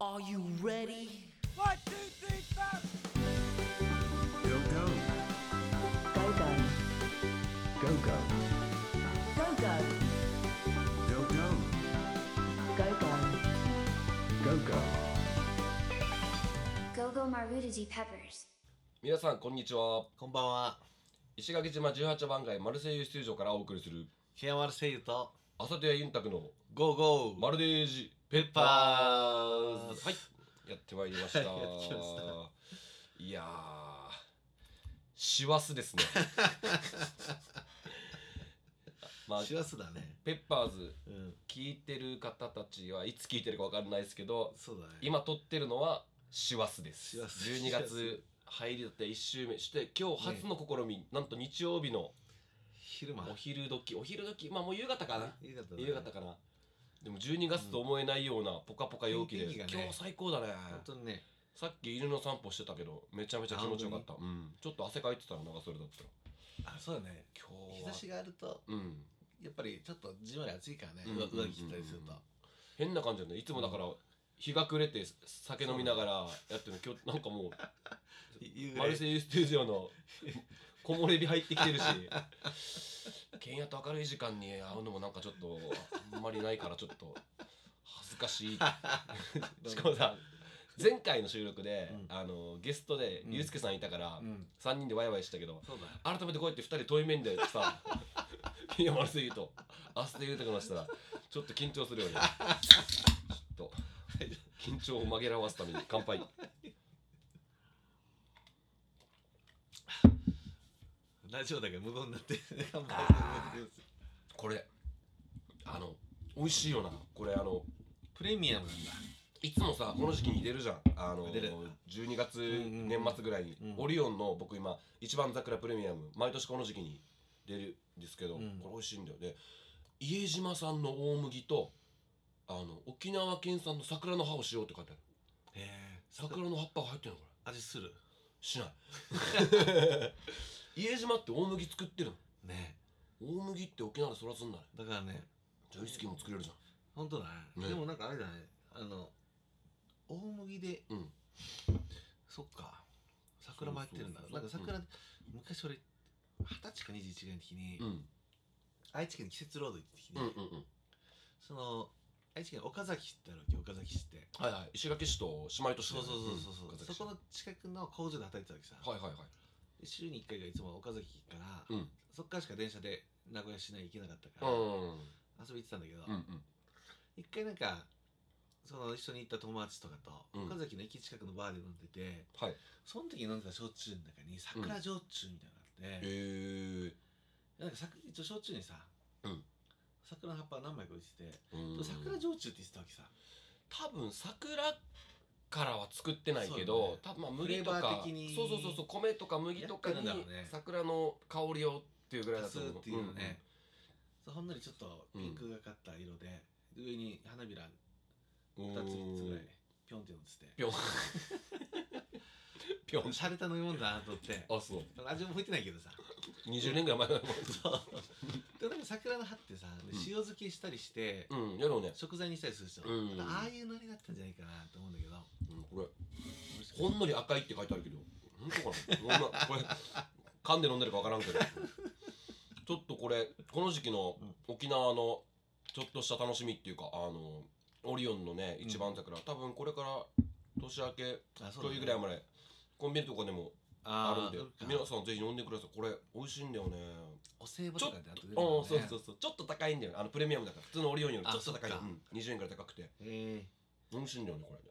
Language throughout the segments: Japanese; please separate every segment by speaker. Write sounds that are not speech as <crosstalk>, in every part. Speaker 1: Are you ready?
Speaker 2: One, two, three, four.
Speaker 3: Go go.
Speaker 1: Go go.
Speaker 3: Go go.
Speaker 1: Go go.
Speaker 3: Go go.
Speaker 1: Go go.
Speaker 3: Go go.
Speaker 4: Gogo Marudaji Peppers.
Speaker 5: 皆さんこんにちは
Speaker 6: こんばんは。
Speaker 5: 石垣島18番街マルセイユ出場からお送りする
Speaker 6: ケアマルセイユと
Speaker 5: 朝手屋ユンタクの
Speaker 6: ゴーゴー
Speaker 5: マルデージペッパ
Speaker 6: パ
Speaker 5: ー
Speaker 6: ー
Speaker 5: ズ
Speaker 6: ズ
Speaker 5: はいやってまいりました
Speaker 6: <laughs> やってきまし
Speaker 5: いやー師走です
Speaker 6: <laughs>
Speaker 5: ねまあ
Speaker 6: シラスだね。
Speaker 5: ペッパーズ
Speaker 6: うん、
Speaker 5: 聞いてる方たちはいつ聞いてるかわかんないですけど
Speaker 6: そうだね。
Speaker 5: 今撮ってるのは師走です
Speaker 6: 師走
Speaker 5: 12月入りだって1週目して今日初の試み、なんと日曜日の
Speaker 6: 昼間。
Speaker 5: お昼時お昼時まあもう夕方かな
Speaker 6: 夕方だね
Speaker 5: 夕方かなでも12月と思えないようなポカポカ陽気で、
Speaker 6: いい天気がね
Speaker 5: 今日最高だね
Speaker 6: 本当にね、
Speaker 5: さっき犬の散歩してたけどめちゃめちゃ気持ちよかった、うん、ちょっと汗かいてたの長袖だったら
Speaker 6: あ、そうだね。
Speaker 5: 今
Speaker 6: 日
Speaker 5: 日は
Speaker 6: 差しがあると、
Speaker 5: うん
Speaker 6: やっぱりちょっとじんわり暑いからね。
Speaker 5: うん
Speaker 6: 上上着着たりすると。
Speaker 5: 変な感じだねいつもだから、日が暮れて酒飲みながらやってるの今日なんかも
Speaker 6: 夕
Speaker 5: うマルセイユスタジオの木漏れ日入ってきてるし剣やと明るい時間に会うのもなんかちょっとあんまりないからちょっと恥ずかしいしかもさ前回の収録で、
Speaker 6: うん
Speaker 5: あのゲストで
Speaker 6: うん
Speaker 5: ゆうすけさんいたから、
Speaker 6: うん。
Speaker 5: 三3人でワイワイしたけど
Speaker 6: そうだ。
Speaker 5: 改めてこうやって2人遠い面で
Speaker 6: <laughs>
Speaker 5: さ「いや丸すぎ」と「明日で言うとかのしたらちょっと緊張するよねちょっと緊張を紛らわすために乾杯
Speaker 6: ラジオだけ無言になって、 <laughs> 乾杯
Speaker 5: これあの美味しいよなこれあの
Speaker 6: プレミアムなんだ。
Speaker 5: いつもさこの時期に出るじゃんあの
Speaker 6: 出る
Speaker 5: 12月
Speaker 6: んうん
Speaker 5: 年末ぐらいに、
Speaker 6: うん
Speaker 5: オリオンの僕今一番桜プレミアム毎年この時期に出るんですけど、
Speaker 6: うん
Speaker 5: これ美味しいんだよね家島産の大麦とあの沖縄県産の桜の葉を使用って書いてある
Speaker 6: へえ。
Speaker 5: 桜の葉っぱが入ってるのこれ
Speaker 6: 味する。
Speaker 5: し
Speaker 6: <laughs>
Speaker 5: ない家島って大麦作ってるの
Speaker 6: ね。
Speaker 5: 大麦って沖縄で育つんだね
Speaker 6: だからね、
Speaker 5: じゃあウイスキーも作れるじゃ
Speaker 6: 本当だね。
Speaker 5: ね
Speaker 6: でもなんかあれだね。あの、大麦で、
Speaker 5: んうん
Speaker 6: そっか。桜も入ってるんだ
Speaker 5: そう。そ
Speaker 6: な
Speaker 5: うんそう
Speaker 6: か
Speaker 5: そう
Speaker 6: 桜、昔俺、二十歳か21ぐらいの時に、
Speaker 5: うん
Speaker 6: 愛知県季節ロード行ってきて、
Speaker 5: うんうんうん
Speaker 6: その愛知県岡崎市ってあるわけよ岡崎市って
Speaker 5: はいはい石垣市と姉妹都市だ
Speaker 6: そ
Speaker 5: よ
Speaker 6: う
Speaker 5: ね
Speaker 6: そうそうそう、うん
Speaker 5: 岡崎市
Speaker 6: そこの近くの工場で働いてたわけさ、
Speaker 5: はいはいはい
Speaker 6: 週に1回がいつも岡崎から、
Speaker 5: うん
Speaker 6: そっからしか電車で名古屋市内行けなかった
Speaker 5: う
Speaker 6: から、
Speaker 5: ん
Speaker 6: 遊び行ってたんだけど、
Speaker 5: うん
Speaker 6: 一回なんかその一緒に行った友達とかと、
Speaker 5: うん
Speaker 6: 岡崎の駅近くのバーで飲んでて
Speaker 5: はい
Speaker 6: その時に飲んでた焼酎の中に桜焼酎みたいなのがあって、
Speaker 5: え
Speaker 6: なんかさ一応焼酎にさ、
Speaker 5: うん
Speaker 6: 桜の葉っぱが何枚か置いてて、
Speaker 5: えー、
Speaker 6: 桜焼酎って言ってたわけさ
Speaker 5: 多分桜からは作ってないけ
Speaker 6: そうだ
Speaker 5: ど、
Speaker 6: ね
Speaker 5: 多分まあ麦と
Speaker 6: フレーバ
Speaker 5: か
Speaker 6: ー的に
Speaker 5: そうそうそうそう米とか麦とかに
Speaker 6: やってるんだろうね
Speaker 5: 桜の香りをっていうぐらいだ
Speaker 6: 多
Speaker 5: と
Speaker 6: 数
Speaker 5: 思う
Speaker 6: っていうのね、そうほんのりちょっとピンクがかった色で、上に花びら
Speaker 5: うんうん
Speaker 6: 2つ3つぐらいピョンって乗って
Speaker 5: ぴょん <laughs> ぴょん
Speaker 6: て洒落た飲み物だなと思
Speaker 5: <laughs>
Speaker 6: って
Speaker 5: あそう
Speaker 6: 味も向いてないけどさ
Speaker 5: 20年ぐらい前だもん
Speaker 6: そうでもなんか桜の葉ってさで
Speaker 5: うん
Speaker 6: 塩漬けしたりして、
Speaker 5: うんやろうね、
Speaker 6: 食材にしたりする人、
Speaker 5: うん
Speaker 6: だからああいうのりだったんじゃないかなと思うんだけど
Speaker 5: うん、これほんのり赤いって書いてあるけど本当かなこ <laughs> んなこれ噛んで飲んでるか分からんけどちょっとこれこの時期の沖縄のちょっとした楽しみっていうかあのオリオンのね一番桜、多分これから年明け
Speaker 6: あそ
Speaker 5: というぐらいまでコンビニとかでもあるんで
Speaker 6: あ
Speaker 5: 皆さんぜひ飲んでくださいこれ美味しいんだよね
Speaker 6: お歳暮
Speaker 5: ちょ
Speaker 6: と
Speaker 5: っ
Speaker 6: かであと出る
Speaker 5: と、
Speaker 6: も
Speaker 5: うんんそうそうそうちょっと高いんだよねあのプレミアムだから普通のオリオンよりちょっと
Speaker 6: あ
Speaker 5: 高い、
Speaker 6: そっか
Speaker 5: うん、20円ぐらい高くて
Speaker 6: えー
Speaker 5: 美味しいんだよねこれね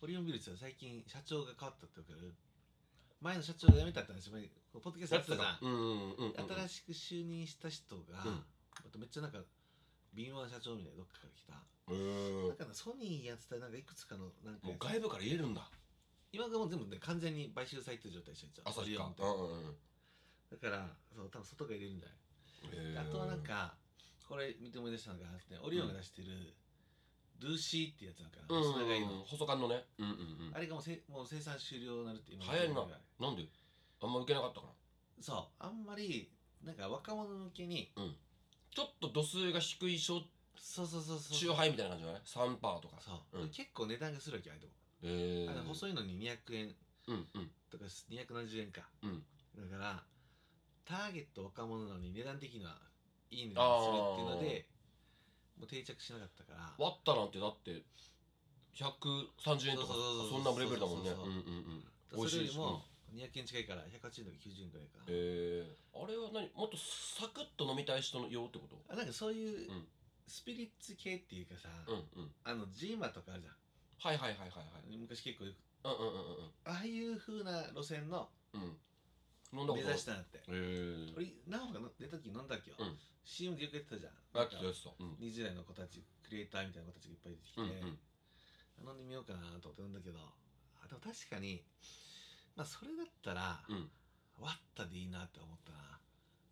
Speaker 6: オリオンビールってさ最近社長が変わったってわかる前の社長が辞めたって話前ポッドキャストやってたじゃん
Speaker 5: うんうんうんうん
Speaker 6: 新しく就任した人が、
Speaker 5: うん
Speaker 6: あとめっちゃなんか敏腕社長みたいなどっかから来た、
Speaker 5: うーん
Speaker 6: だからソニーやってたなんかいくつかのなんか
Speaker 5: も
Speaker 6: や
Speaker 5: う
Speaker 6: つ
Speaker 5: 外部から入れるんだ
Speaker 6: 今がもう全部ね完全に買収されてる状態でしょ
Speaker 5: 朝日
Speaker 6: オ
Speaker 5: か
Speaker 6: ンって
Speaker 5: うんうんうん
Speaker 6: だからそう多分外が入れるんじゃない
Speaker 5: へ
Speaker 6: で
Speaker 5: ー
Speaker 6: あとはなんかこれ見て思い出したのがあってオリオンが出してる、ルーシーってやつなんかな
Speaker 5: うんうん
Speaker 6: 細長いの、
Speaker 5: うん細缶のねうんうんうん
Speaker 6: あれがもうせもう生産終了になるって今
Speaker 5: 早いななんであんま受けなかったかな
Speaker 6: そうあんまりなんか若者向けに
Speaker 5: ちょっと度数が低い焼
Speaker 6: そうそうそうそう
Speaker 5: チューハイみたいな感じじゃない ?3 パーとか。
Speaker 6: そう、
Speaker 5: うん
Speaker 6: 結構値段がするわけあれでも、
Speaker 5: え
Speaker 6: あれ
Speaker 5: ー。
Speaker 6: 細いのに200円
Speaker 5: うんうん。
Speaker 6: とか270円か、
Speaker 5: うん
Speaker 6: だからターゲット若者なのに値段的にはいい値
Speaker 5: あ
Speaker 6: 段
Speaker 5: ー
Speaker 6: するっていうのでもう定着しなかったから
Speaker 5: 割ったなんてだって130円とか
Speaker 6: そうそうそう
Speaker 5: そんなレベルだもんね。
Speaker 6: そううん
Speaker 5: うん。
Speaker 6: そううんそう
Speaker 5: 美味
Speaker 6: そ
Speaker 5: し
Speaker 6: れ
Speaker 5: い
Speaker 6: よ
Speaker 5: し。
Speaker 6: りも200円近いから180円とか90円ぐらいかな、
Speaker 5: うんえー、あれは何もっとサクッと飲みたい人の用ってこと
Speaker 6: あなんかそういう
Speaker 5: うん
Speaker 6: スピリッツ系っていうかさ、
Speaker 5: うんうん。
Speaker 6: あのジーマとかあるじゃ
Speaker 5: はいはいはいはいはい。
Speaker 6: ん昔結構よく
Speaker 5: うんうんうん
Speaker 6: ああいう風な路線の
Speaker 5: うんうん。飲んだこと
Speaker 6: 目指したなって
Speaker 5: えー。
Speaker 6: 俺なおが出た時飲んだっけよ、
Speaker 5: うん
Speaker 6: CM でよくやってたじゃん
Speaker 5: あってたやつだ。うん。
Speaker 6: 20代の子たちクリエイターみたいな子たちがいっぱい出てきて、
Speaker 5: うんうん。
Speaker 6: 飲んでみようかなと思って飲んだけどあでも確かにまあそれだったら、
Speaker 5: うん
Speaker 6: 割ったでいいなって思ったな、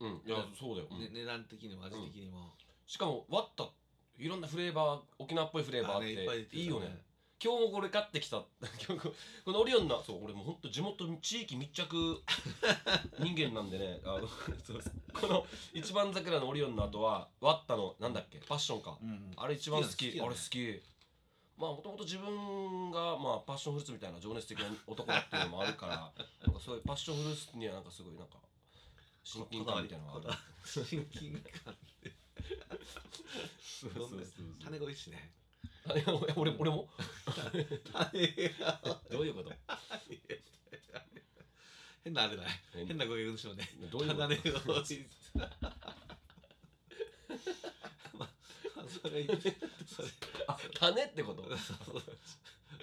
Speaker 5: うん。いや、そうだよ。うん
Speaker 6: ね、値段的にも味的にも、
Speaker 5: しかも割ったいろんなフレーバー沖縄っぽいフレーバ
Speaker 6: あね
Speaker 5: ー
Speaker 6: ぱ
Speaker 5: っ
Speaker 6: 出
Speaker 5: て
Speaker 6: て
Speaker 5: いい
Speaker 6: た
Speaker 5: よね今日もこれ買ってきた <laughs> 今日このオリオンなそう俺もうほんと地元地域密着人間なんで <laughs> ねあのそうこの一番桜のオリオンの後は割ったのなんだっけパッションか
Speaker 6: うん
Speaker 5: あれ一番好き
Speaker 6: 好きな
Speaker 5: あ
Speaker 6: の
Speaker 5: れ
Speaker 6: 好
Speaker 5: 好
Speaker 6: き
Speaker 5: きまあもともと自分が、まあ、パッションフルーツみたいな情熱的な男だっていうのもあるからなんかそういうパッションフルーツにはなんかすごいなんか親近感みたいなのがある
Speaker 6: こだわり親近感って
Speaker 5: そう
Speaker 6: どんな種がいいしね
Speaker 5: あ <laughs> 俺俺も
Speaker 6: 種が
Speaker 5: どういうこと
Speaker 6: 変なあれだね変な語源でしょうね
Speaker 5: どういうこと
Speaker 6: 種が多いっすまあまあそれはいいそれ
Speaker 5: あ種ってこと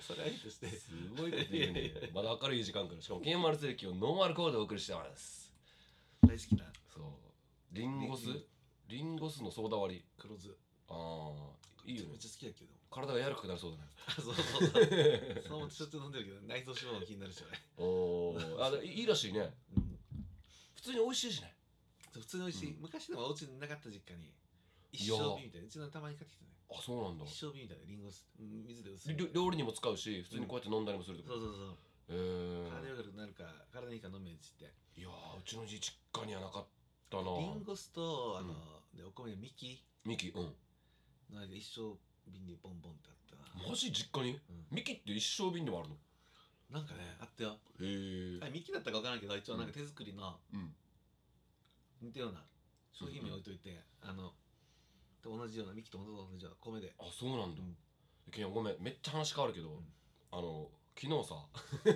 Speaker 6: それはいいとして
Speaker 5: すごいこと言うねまだ明るい時間からしかもケンマルセルキをノンアルコールでお送りしてます
Speaker 6: 大好きな
Speaker 5: そうリンゴ酢
Speaker 6: ね
Speaker 5: リンゴ酢のソーダ割り
Speaker 6: 黒酢
Speaker 5: ああいいよね
Speaker 6: めっちゃ好きだけど
Speaker 5: 体が柔らかくなりそうだね
Speaker 6: あそうそうそうそう思ってちょっと飲んでるけど内臓脂肪の気になるしね、
Speaker 5: おおあでいいらしいね
Speaker 6: うん、
Speaker 5: 普通に美味しいしね
Speaker 6: そう普通の美味しい、
Speaker 5: う
Speaker 6: 昔でもお家になかった実家に一
Speaker 5: や
Speaker 6: 生瓶みたいなうちのたまに買ってきたね
Speaker 5: あそうなんだ
Speaker 6: 一生瓶みたいなリンゴ酢うん水で薄
Speaker 5: り
Speaker 6: い
Speaker 5: りょ料理にも使うし普通にこうやって飲んだりもするってこと
Speaker 6: そうそうそう
Speaker 5: へえ
Speaker 6: 体よくなるから体にいいから飲めっつって
Speaker 5: いやーうちの実家にはなかったな
Speaker 6: リンゴ酢とあの
Speaker 5: う、
Speaker 6: でお米のミキ
Speaker 5: ミキうん
Speaker 6: の間一生瓶にボンボンってあったな
Speaker 5: マジ実家に、
Speaker 6: うん
Speaker 5: ミキって一生瓶でもあるの
Speaker 6: なんかねあったよ
Speaker 5: へえ
Speaker 6: あミキだったか分からんけど一応なんか手作りの
Speaker 5: うん
Speaker 6: 似たような商品名置いといて、あので同じようなミキと同じような米で
Speaker 5: あそうなんだ、
Speaker 6: うん
Speaker 5: ケンヤごめんめっちゃ話変わるけど、
Speaker 6: ん
Speaker 5: あの昨日さ <laughs>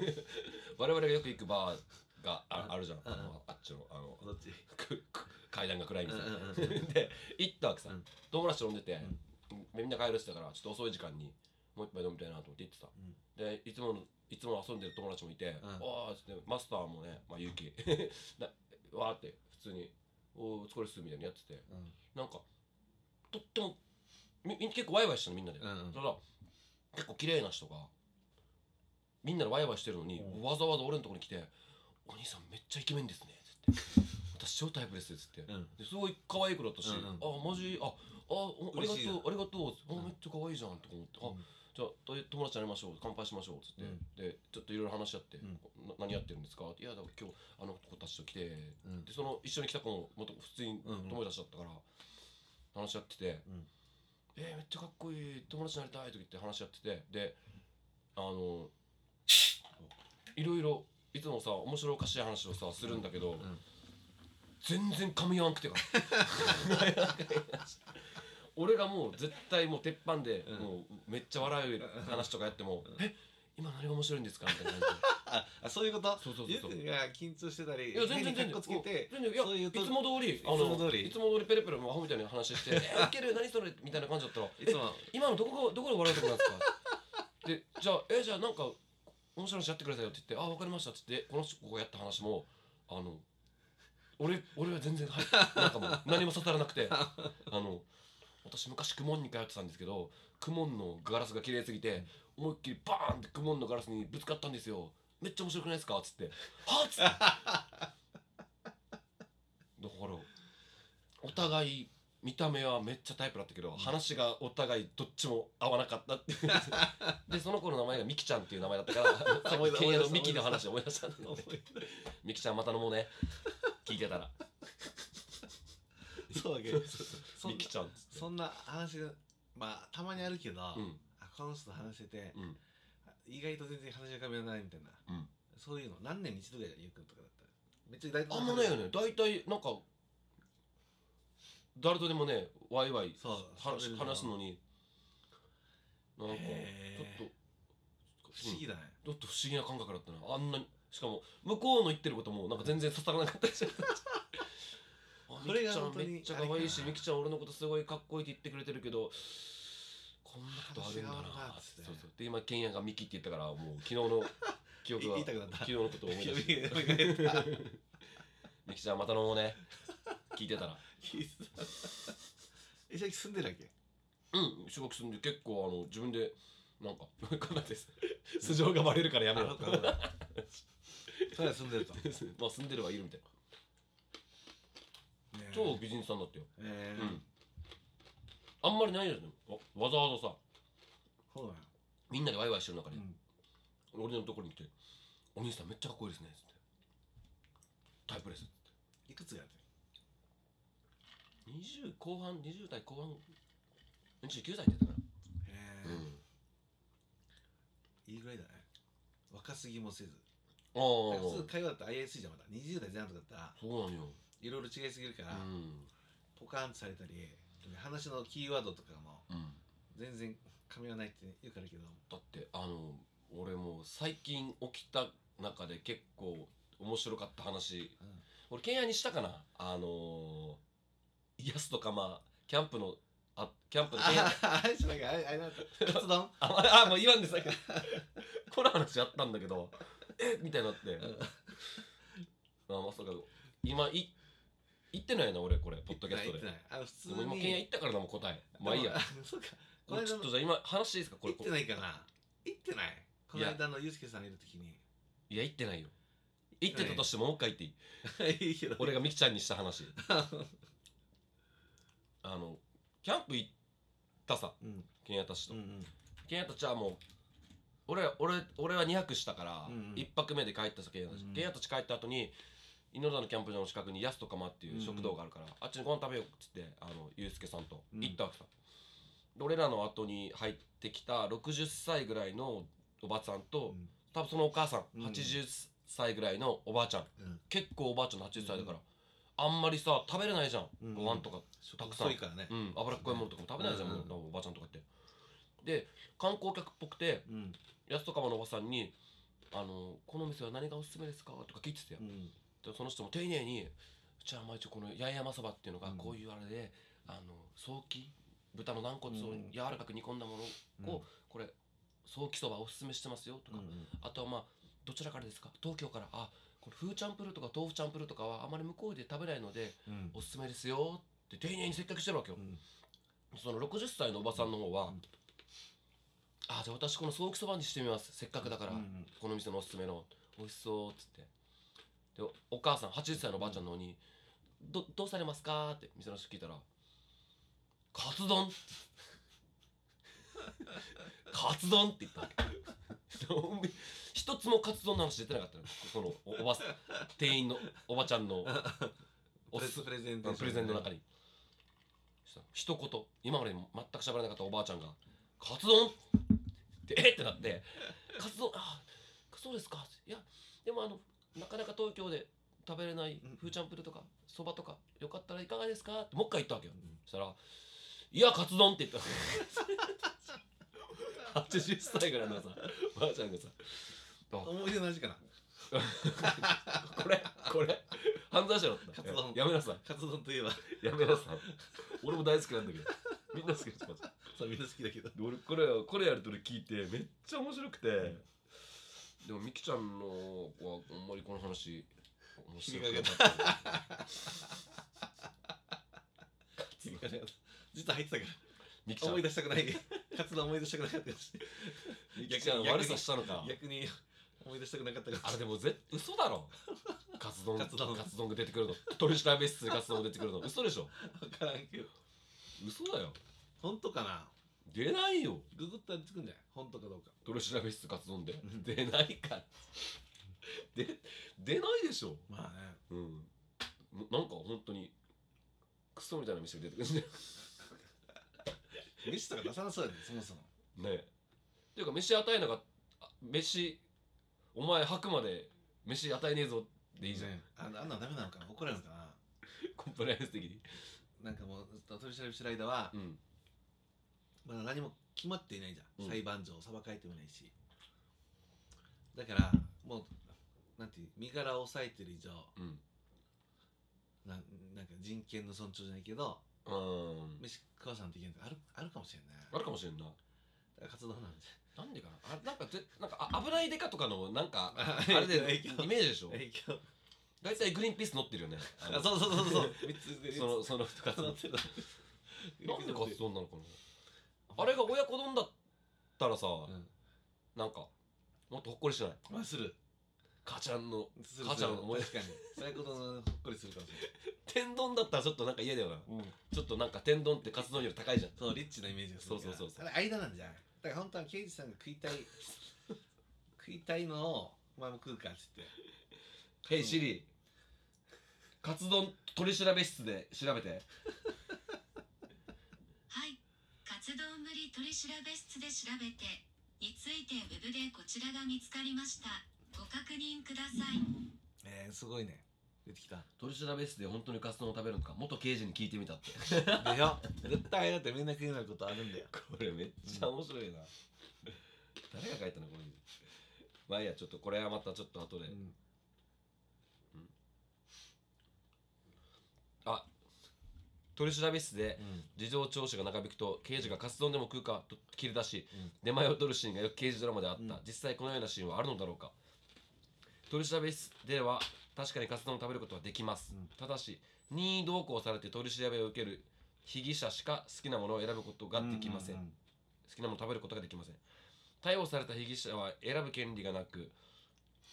Speaker 5: 我々がよく行くバーがあ
Speaker 6: うん
Speaker 5: あるじゃん、
Speaker 6: うん
Speaker 5: あのあっちのあの
Speaker 6: どっち
Speaker 5: くく <laughs> 階段が暗いみたいな、
Speaker 6: うんうん
Speaker 5: <laughs>
Speaker 6: う
Speaker 5: で行ったわけさ、
Speaker 6: うん
Speaker 5: 友達と飲んでて、みんな帰るってたからちょっと遅い時間にもう一杯飲みたいなと思って行ってた、でいつものいつも遊んでる友達もいて「
Speaker 6: うん
Speaker 5: ああ」つってマスターもねまあ勇気 <laughs> なわーって普通に「おーお疲れっす」みたいにやってて
Speaker 6: うん
Speaker 5: なんかとってもみみんな結構ワイワイしたのみんなで、
Speaker 6: うんうん
Speaker 5: そしたら結構綺麗な人がみんなでワイワイしてるのに、わざわざ俺のところに来て「お兄さんめっちゃイケメンですね」っつ
Speaker 6: <laughs>
Speaker 5: って「私超タイプです」っつって、
Speaker 6: うん
Speaker 5: ですごい可愛い子だったし「
Speaker 6: うんうん
Speaker 5: あマジああおありが
Speaker 6: 嬉
Speaker 5: と
Speaker 6: しいな
Speaker 5: うありがとう」つってあ
Speaker 6: うん
Speaker 5: めっちゃ可愛いじゃん」とか思って「あ
Speaker 6: うん
Speaker 5: じゃあと友達になりましょう乾杯しましょう」っつって、
Speaker 6: うん
Speaker 5: でちょっといろいろ話し合って、
Speaker 6: うん
Speaker 5: な何やってるんですか?」って「いやだから今日あの子たちと来て
Speaker 6: うん
Speaker 5: でその一緒に来た子ももっと普通に友達だったから話し合ってて「
Speaker 6: うん
Speaker 5: えーめっちゃかっこいい友達になりたい」とか言って話し合っててであのいろいろいつもさ面白おかしい話をさするんだけど、
Speaker 6: ん
Speaker 5: 全然噛み合わんくてから俺がもう絶対もう鉄板で、
Speaker 6: うん
Speaker 5: もうめっちゃ笑う話とかやっても「え今何が面白いんですか?」みたいな感じで。
Speaker 6: ああそういうこと
Speaker 5: そうそうそう
Speaker 6: ゆ
Speaker 5: そう
Speaker 6: うくんが緊張してたり
Speaker 5: い
Speaker 6: <laughs>
Speaker 5: や全然
Speaker 6: 変
Speaker 5: 全然
Speaker 6: にカッコつけて
Speaker 5: 全然いや
Speaker 6: そういう
Speaker 5: い
Speaker 6: と
Speaker 5: つも通り
Speaker 6: いつも通り
Speaker 5: いつも通りペレペレもうアホみたいな話して「え
Speaker 6: <laughs>
Speaker 5: ーウケる何それ」みたいな感じだったら「
Speaker 6: いつも
Speaker 5: え今のどこがどこで笑うとこなんですか? 」で「じゃあえじゃあなんか面白い話やってくださいよ」って言って「あ分かりました」って言ってこの人ここやった話もあの俺俺は全然はいなん
Speaker 6: <laughs>
Speaker 5: かもう何も刺さらなくてあの私昔クモンに通ってたんですけどクモンのガラスが綺麗すぎて思いっきりバーンってクモンのガラスにぶつかったんですよめっちゃ面白くないですかっつって「はっ!」つってだからお互い見た目はめっちゃタイプだったけど話がお互いどっちも合わなかった
Speaker 6: <laughs>
Speaker 5: っていうでその子の名前がミキちゃんっていう名前だったからさ
Speaker 6: 思
Speaker 5: っ
Speaker 6: い
Speaker 5: き経
Speaker 6: 出
Speaker 5: 営の
Speaker 6: 思
Speaker 5: ミ
Speaker 6: い出
Speaker 5: キ
Speaker 6: した
Speaker 5: の話思い出したんだよねミキちゃんまた飲もうね聞いてたら
Speaker 6: そうだけ
Speaker 5: ミキちゃんっつって
Speaker 6: そんな話がまあたまにあるけど、
Speaker 5: うん
Speaker 6: あこの人と話してて、
Speaker 5: うん
Speaker 6: 意外と全然話が浮かびないみたいな、
Speaker 5: うん
Speaker 6: そういうの何年に一度ぐらいだよゆうくんとかだったらめっちゃ大体
Speaker 5: あんまないよね大体なんか誰とでもねワイワイ
Speaker 6: そう
Speaker 5: 話
Speaker 6: 喋るな
Speaker 5: 話すのになんか
Speaker 6: へー
Speaker 5: ちょっと
Speaker 6: 不思議だね、
Speaker 5: ちょっと不思議な感覚だったなあんなにしかも向こうの言ってることもなんか全然刺さらなかったりして
Speaker 6: <laughs>
Speaker 5: あ
Speaker 6: それ
Speaker 5: みき
Speaker 6: が
Speaker 5: ちゃ
Speaker 6: 本
Speaker 5: ん
Speaker 6: 当
Speaker 5: め
Speaker 6: に
Speaker 5: っちゃ可愛いし
Speaker 6: あれかな
Speaker 5: みきちゃん俺のことすごいかっこいいって言ってくれてるけどこんなことあるんだな
Speaker 6: 話が合うなっつって
Speaker 5: そうそうで今ケンヤがミキって言ったからもう昨日
Speaker 6: <laughs>
Speaker 5: の記憶が
Speaker 6: 言いたくな
Speaker 5: <laughs>
Speaker 6: った
Speaker 5: 昨日のことを思い出し
Speaker 6: い
Speaker 5: て <laughs>
Speaker 6: や思い出した
Speaker 5: ミキちゃんまた飲もうね聞いてたら
Speaker 6: 聞いてたえ最近住んでるわけ
Speaker 5: うん小学生で結構あの自分でなんか <laughs> こんなんです素性がバレるからやめろ
Speaker 6: あそうかそれは住んでると、ね
Speaker 5: <laughs> まあ住んでればいるみたいな超美人さんだったよ
Speaker 6: えー
Speaker 5: うんあんまりないよねわわざわざさ
Speaker 6: そうだよ、
Speaker 5: みんなでワイワイしてる中
Speaker 6: う
Speaker 5: で、
Speaker 6: ん、
Speaker 5: 俺のところに来て「お兄さんめっちゃかっこいいですね」つって「タイプです」って
Speaker 6: いくつやって
Speaker 5: 20後半20代後半29歳って言ったか
Speaker 6: るえ
Speaker 5: ら、
Speaker 6: ーいいぐらいだね若すぎもせずなんか普
Speaker 5: あ
Speaker 6: 通
Speaker 5: あ
Speaker 6: 会話だってあいあいしいじゃんまだ20代前半とかだったら
Speaker 5: そうなんよ
Speaker 6: いろいろ違いすぎるか
Speaker 5: う
Speaker 6: ら、
Speaker 5: ん
Speaker 6: ポカーンとされたり話のキーワードとかも
Speaker 5: うん
Speaker 6: 全然噛み合わないってよくあるけど
Speaker 5: だってあの俺もう最近起きた中で結構面白かった話、
Speaker 6: うん
Speaker 5: 俺ケンヤにしたかなあのー、ヤスとかまあキャンプのあキャンプのケンヤ
Speaker 6: あああれじゃなんかあれあれなんだカツ丼
Speaker 5: ああもう言わんでさっきこの話あったんだけどえみたいになって、あまさか今い言ってないな俺これポッドキャスト
Speaker 6: 言っ
Speaker 5: で
Speaker 6: てないあの普通
Speaker 5: でも今
Speaker 6: に
Speaker 5: ケンヤ言ったからなもう答えまあいいや
Speaker 6: でもそうかこの
Speaker 5: ち
Speaker 6: 間
Speaker 5: ょっと
Speaker 6: の
Speaker 5: じゃあ今話していいですかこれ
Speaker 6: 行ってないかな行ってないこの間のユースケさんいる時に
Speaker 5: いや言ってないよ言ってたとしてももう一回言っていい
Speaker 6: いいけど
Speaker 5: 俺がみきちゃんにした
Speaker 6: <laughs>
Speaker 5: 話あのキャンプ行ったさ
Speaker 6: うん
Speaker 5: ケンヤたち
Speaker 6: う
Speaker 5: と、
Speaker 6: んうん
Speaker 5: ケンヤたちはもう俺は俺俺は2泊したから、
Speaker 6: うんうん
Speaker 5: 一1泊目で帰ったさケンヤたち、
Speaker 6: うんうん
Speaker 5: ケンヤたち帰った後に井の田のキャンプ場の近くにやすとかまっていう食堂があるから、あっちにご飯食べようっつってあのゆうすけさんと
Speaker 6: うん
Speaker 5: 行ったわけさ、で俺らの後に入ってきた60歳ぐらいのおばちゃんと、
Speaker 6: うん
Speaker 5: 多分そのお母さん、
Speaker 6: うん
Speaker 5: 80歳ぐらいのおばあちゃん
Speaker 6: うん
Speaker 5: 結構おばあちゃんの80歳だから、あんまりさ食べれないじゃん、
Speaker 6: うん
Speaker 5: ご飯とか
Speaker 6: 食
Speaker 5: たくさん
Speaker 6: 細いからね
Speaker 5: うん、脂っこいものとかも食べないじゃん、
Speaker 6: うん
Speaker 5: もうおばあちゃんとかってで観光客っぽくて
Speaker 6: うん
Speaker 5: 安とかまのおばさんに「あのこのお店は何がおすすめですか?」とか聞いてたよ
Speaker 6: う、ん
Speaker 5: でその人も丁寧に「うちは毎日この八重山そばっていうのが
Speaker 6: うん
Speaker 5: こういうあれで、あの早期豚の軟骨を
Speaker 6: うん
Speaker 5: 柔らかく煮込んだものを、
Speaker 6: うん
Speaker 5: これ早期そばおすすめしてますよ」とか、
Speaker 6: うん
Speaker 5: あとはまあどちらからですか東京からあこれ風チャンプルーとか豆腐チャンプルーとかはあまり向こうで食べないので
Speaker 6: うん
Speaker 5: おすすめですよって丁寧に接客してるわけよ、
Speaker 6: うん
Speaker 5: その60歳のおばさんの方は「
Speaker 6: うん
Speaker 5: あじゃあ私このソーキそばにしてみますせっかくだから、
Speaker 6: うん
Speaker 5: この店のおすすめの美味しそう」っつってでおお母さん80歳のおばあちゃんの方に「どどうされますか?」って店の人聞いたら「カツ丼」カツ丼って言ったわけ一つもカツ丼の話出てなかったのそのおおばさん店員のおばちゃんのお
Speaker 6: プレ
Speaker 5: す
Speaker 6: プレゼン
Speaker 5: プレゼンの中
Speaker 6: に
Speaker 5: にそしたら一言今まで全く喋らなかったおばあちゃんが「カツ丼!」ってえっってなって「カツ丼あそうですか」いやでもあのなかなか東京で食べれない
Speaker 6: うん
Speaker 5: フーチャンプルとかそばとかよかったらいかがですかってもう一回言ったわけよそしたら「いやカツ丼」って言
Speaker 6: <laughs>
Speaker 5: ったの80歳ぐらいのさおばあちゃんがさ
Speaker 6: 思い出の味かな
Speaker 5: これこれ犯罪者だった
Speaker 6: カツ丼
Speaker 5: やめなさい
Speaker 6: カツ丼といえば
Speaker 5: やめなさい俺も大好きなんだけどみんな好きですマジで
Speaker 6: そうみんな好きだけど
Speaker 5: で俺これこれやると俺聞いてめっちゃ面白くて、でもみきちゃんのはあんまりこの
Speaker 6: <laughs>
Speaker 5: 話面白くなかった
Speaker 6: 実は入ってたか
Speaker 5: みきち
Speaker 6: ら
Speaker 5: ゃん
Speaker 6: 思い出したくないカツ丼思い出したくなかったし
Speaker 5: みきちゃん悪さしたのか
Speaker 6: 逆に思い出したくなかったか
Speaker 5: あれでもぜ嘘だろカツ丼
Speaker 6: カツ丼
Speaker 5: カツ丼が出てくるの取り調べ室でカツ丼が出てくるの嘘でしょ
Speaker 6: ら分からんけど
Speaker 5: 嘘だよ
Speaker 6: 本当かな
Speaker 5: 出ないよ
Speaker 6: ググったら出てくんじゃない本当かどうか
Speaker 5: 取り調べ室カツ丼で出ないからで出ないでしょ
Speaker 6: まあね
Speaker 5: うん、ななんか本当にクソみたいな店が出てくるんだよ
Speaker 6: 飯とか出さなそうやでそもそも
Speaker 5: <laughs> ねえっていうか飯与えなかった飯お前吐くまで飯与えねえぞでいいじゃん、
Speaker 6: ねあのあんなのダメなのかな怒られるのかな
Speaker 5: コンプライアンス的に
Speaker 6: なんかもうずっと取り調べしてる間は
Speaker 5: うん
Speaker 6: まだ何も決まっていないじゃん、
Speaker 5: うん
Speaker 6: 裁判所裁かれてもないしだからもうなんていう身柄を押さえてる以上
Speaker 5: うん
Speaker 6: なんなんか人権の尊重じゃないけど
Speaker 5: うーん
Speaker 6: 飯食わさんといけないとかあるあるかもしれんない
Speaker 5: あるかもしれんな
Speaker 6: だから活動なんで
Speaker 5: なんでかなあなんかぜなんかあ危ないデカとかのなん
Speaker 6: <laughs>
Speaker 5: か
Speaker 6: あ
Speaker 5: あれで
Speaker 6: 影
Speaker 5: イ
Speaker 6: 響
Speaker 5: メージでしょ
Speaker 6: 影響
Speaker 5: 大体グリーンピース乗ってるよねあの
Speaker 6: あそうそうそ
Speaker 5: <laughs>
Speaker 6: うそう三つで
Speaker 5: そのその
Speaker 6: 三つ重なってる
Speaker 5: なんでカツ丼なのかなあれが親子丼だったらさ、
Speaker 6: うん
Speaker 5: なんかもっとほっこりしない
Speaker 6: まあする
Speaker 5: 母ちゃんの
Speaker 6: する
Speaker 5: 母ちゃんの思い出
Speaker 6: 確かにそういうことのほっこりするかもし
Speaker 5: 天丼だったらちょっとなんか嫌だよな
Speaker 6: れない、うん、
Speaker 5: ちょっとなんか天丼ってカツ丼より高いじゃん
Speaker 6: そうリッチなイメージがするから
Speaker 5: そうそうそうそう
Speaker 6: あれ間なんじゃんだから本当は刑事さんが食いたい食いたいのをお前も食うかっつって
Speaker 5: 「ヘイシリカツ丼取り調べ室で調べて
Speaker 7: はい。活動無理取調べ室で調べてについてウェブでこちらが見つかりました。ご確認ください。
Speaker 6: えー、すごいね出てきた
Speaker 5: 取り調べ室で本当にカツ丼を食べるのか元刑事に聞いてみた」って
Speaker 6: でよ絶対だってみんな食うようなことあるんだよ
Speaker 5: これめっちゃ面白いな誰が書いたのこれまあいいやちょっとこれはまたちょっと後で、
Speaker 6: うん
Speaker 5: あ取り調べ室で
Speaker 6: うん
Speaker 5: 事情聴取が長引くと刑事がカツ丼でも食うかと切り出し、
Speaker 6: うん
Speaker 5: 出前を取るシーンがよく刑事ドラマであった、
Speaker 6: うん
Speaker 5: 実際このようなシーンはあるのだろうか取り調べ室では確かにカツ丼を食べることはできます、
Speaker 6: うん
Speaker 5: ただし任意同行されて取り調べを受ける被疑者しか好きなものを選ぶことができません,、
Speaker 6: うう
Speaker 5: 好きなものを食べることができません逮捕された被疑者は選ぶ権利がなく